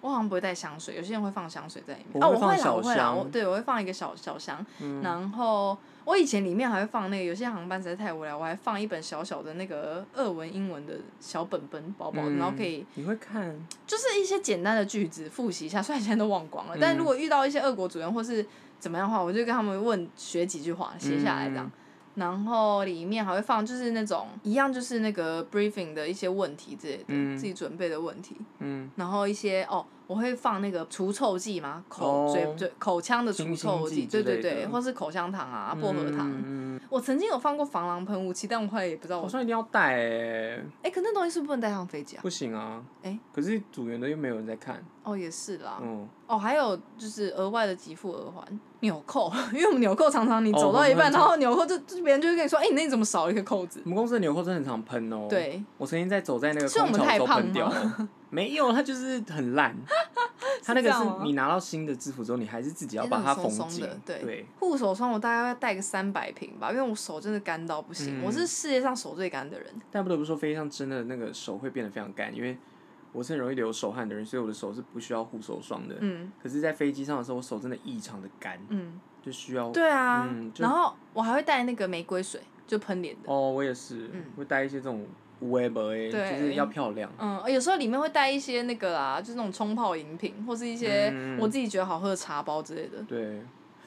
Speaker 1: 我好像不会带香水，有些人会放香水在里面。
Speaker 2: 我
Speaker 1: 哦，
Speaker 2: 会
Speaker 1: 我会啦，
Speaker 2: 放小
Speaker 1: 我会啦，
Speaker 2: 香
Speaker 1: 我对我会放一个小小箱，
Speaker 2: 嗯
Speaker 1: 然后我以前里面还会放那个，有些航班实在太无聊，我还放一本小小的那个俄文、英文的小本本薄薄的，然后可以
Speaker 2: 嗯你会看
Speaker 1: 就是一些简单的句子复习一下，虽然现在都忘光了，但
Speaker 2: 嗯
Speaker 1: 如果遇到一些俄国主人或是怎么样的话，我就跟他们问学几句话，写下来这
Speaker 2: 嗯
Speaker 1: 样。然后里面还会放，就是那种一样，就是那个 briefing 的一些问题之类的，
Speaker 2: 嗯
Speaker 1: 自己准备的问题。
Speaker 2: 嗯
Speaker 1: 然后一些哦，我会放那个除臭剂嘛，口、
Speaker 2: 哦
Speaker 1: 嘴嘴口腔的除
Speaker 2: 清新
Speaker 1: 臭
Speaker 2: 剂
Speaker 1: 剂，
Speaker 2: 之
Speaker 1: 对对
Speaker 2: 类
Speaker 1: 对，
Speaker 2: 的
Speaker 1: 或是口香糖啊、薄荷糖。
Speaker 2: 嗯，嗯
Speaker 1: 我曾经有放过防狼喷雾器，但我后来也不知道
Speaker 2: 好
Speaker 1: 我，
Speaker 2: 像一定要带欸，
Speaker 1: 哎，可那东西是不是不能带上飞机啊？
Speaker 2: 不行啊。
Speaker 1: 欸
Speaker 2: 可是组员的又没有人在看，
Speaker 1: 哦，也是啦。
Speaker 2: 嗯，
Speaker 1: 哦，还有就是额外的几副耳环、纽扣，因为我们纽扣常常你
Speaker 2: 哦
Speaker 1: 走
Speaker 2: 我
Speaker 1: 到
Speaker 2: 们
Speaker 1: 一半，
Speaker 2: 会
Speaker 1: 然后纽扣就就别人就会跟你说，哎、你那你怎么少了一个扣子
Speaker 2: 我？们公司的纽扣真的很常喷哦。，
Speaker 1: 对，
Speaker 2: 我曾经在走在那个
Speaker 1: 是我
Speaker 2: 空
Speaker 1: 们
Speaker 2: 桥的
Speaker 1: 太
Speaker 2: 时候
Speaker 1: 胖
Speaker 2: 喷掉了，没有，它就是 很烂。它那
Speaker 1: 这
Speaker 2: 个
Speaker 1: 样吗
Speaker 2: 是你拿到新的制服之后，你还是自己要
Speaker 1: 就是
Speaker 2: 把
Speaker 1: 那
Speaker 2: 它
Speaker 1: 种
Speaker 2: 缝
Speaker 1: 松松
Speaker 2: 紧
Speaker 1: 的。对
Speaker 2: 对，
Speaker 1: 护手霜我大概要带个三百瓶吧，因为我手真的干到不行，
Speaker 2: 嗯
Speaker 1: 我是世界上手最干的人。
Speaker 2: 但不得不说，飞机上真的那个手会变得非常干，因为我是很容易流手汗的人，所以我的手是不需要护手霜的。
Speaker 1: 嗯
Speaker 2: 可是，在飞机上的时候，我手真的异常的干，
Speaker 1: 嗯，
Speaker 2: 就需要。
Speaker 1: 对啊，
Speaker 2: 嗯就
Speaker 1: 然后我还会带那个玫瑰水，就喷脸的。
Speaker 2: 哦，我也是，
Speaker 1: 嗯
Speaker 2: 会带一些这种无为不为，就
Speaker 1: 对
Speaker 2: 是要漂亮。啊
Speaker 1: 嗯，有时候里面会带一些那个啦，就是那种冲泡饮品，或是一些
Speaker 2: 嗯
Speaker 1: 我自己觉得好喝的茶包之类的。
Speaker 2: 对，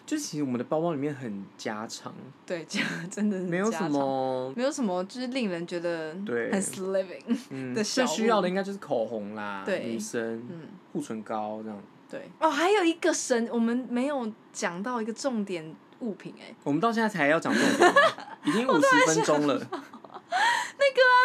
Speaker 2: 就其实我们的包包里面很家常，
Speaker 1: 对， 这样真的是
Speaker 2: 没有
Speaker 1: 家常
Speaker 2: 什么，
Speaker 1: 没有什么，就是令人觉得
Speaker 2: 对
Speaker 1: 很 living。
Speaker 2: 嗯，
Speaker 1: 的小
Speaker 2: 最
Speaker 1: 物
Speaker 2: 需要的应该就是口红啦，
Speaker 1: 对
Speaker 2: 女生
Speaker 1: 嗯，
Speaker 2: 护唇膏这样。
Speaker 1: 对。哦，还有一个神，我们没有讲到一个重点物品哎、
Speaker 2: 我们到现在才要讲重点，已经五十分钟了。那个啊，
Speaker 1: 啊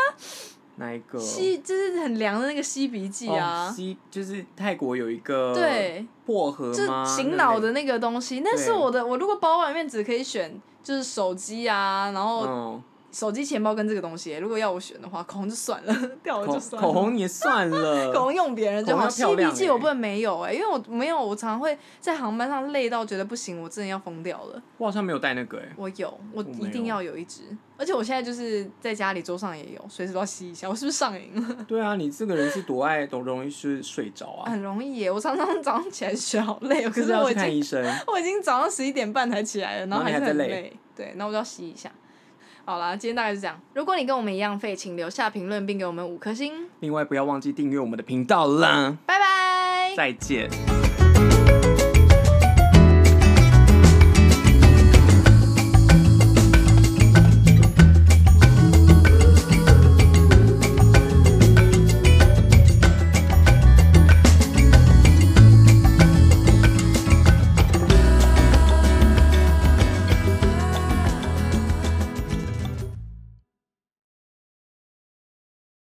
Speaker 2: 哪一个？
Speaker 1: 吸就是很凉的那个吸鼻剂
Speaker 2: 哦
Speaker 1: 啊，
Speaker 2: 西就是泰国有一个
Speaker 1: 对，
Speaker 2: 薄荷
Speaker 1: 就是
Speaker 2: 吗？
Speaker 1: 醒
Speaker 2: 那
Speaker 1: 脑
Speaker 2: 类
Speaker 1: 的那个东西。那是
Speaker 2: 对
Speaker 1: 我的，我如果包包里面只可以选就是手机啊，然后
Speaker 2: 嗯，
Speaker 1: 手机、钱包跟这个东西、如果要我选的话，口红就算了， 掉了
Speaker 2: 口
Speaker 1: 就算了。
Speaker 2: 口红也 算
Speaker 1: 口
Speaker 2: 了，
Speaker 1: 红用别人就
Speaker 2: 口红
Speaker 1: 好，
Speaker 2: 要
Speaker 1: 吸
Speaker 2: 漂
Speaker 1: 鼻
Speaker 2: 亮
Speaker 1: 剂
Speaker 2: 欸
Speaker 1: 我不能没有哎、因为我没有，我常常会在航班上累到觉得不行，我真的要疯掉了。
Speaker 2: 我好像没有带那个哎，
Speaker 1: 我有，我
Speaker 2: 我没
Speaker 1: 一定
Speaker 2: 有
Speaker 1: 要有一支，而且我现在就是在家里桌上也有，随时都要吸一下。我是不是上瘾了？
Speaker 2: 对啊，你这个人是多爱，多容易是睡着啊，
Speaker 1: 很容易耶，我常常早上起来学好累哦，可
Speaker 2: 是
Speaker 1: 是
Speaker 2: 不是要
Speaker 1: 我已
Speaker 2: 去看
Speaker 1: 经
Speaker 2: 医生。
Speaker 1: 我已经早上十一点半才起来了，然
Speaker 2: 然
Speaker 1: 后
Speaker 2: 后你
Speaker 1: 还
Speaker 2: 还
Speaker 1: 是
Speaker 2: 在
Speaker 1: 很
Speaker 2: 累
Speaker 1: 累。对，那我就要吸一下。好啦，今天大概是这样。如果你跟我们一样废，请留下评论并给我们五颗星。
Speaker 2: 另外，不要忘记订阅我们的频道啦，
Speaker 1: 拜拜。
Speaker 2: 再见。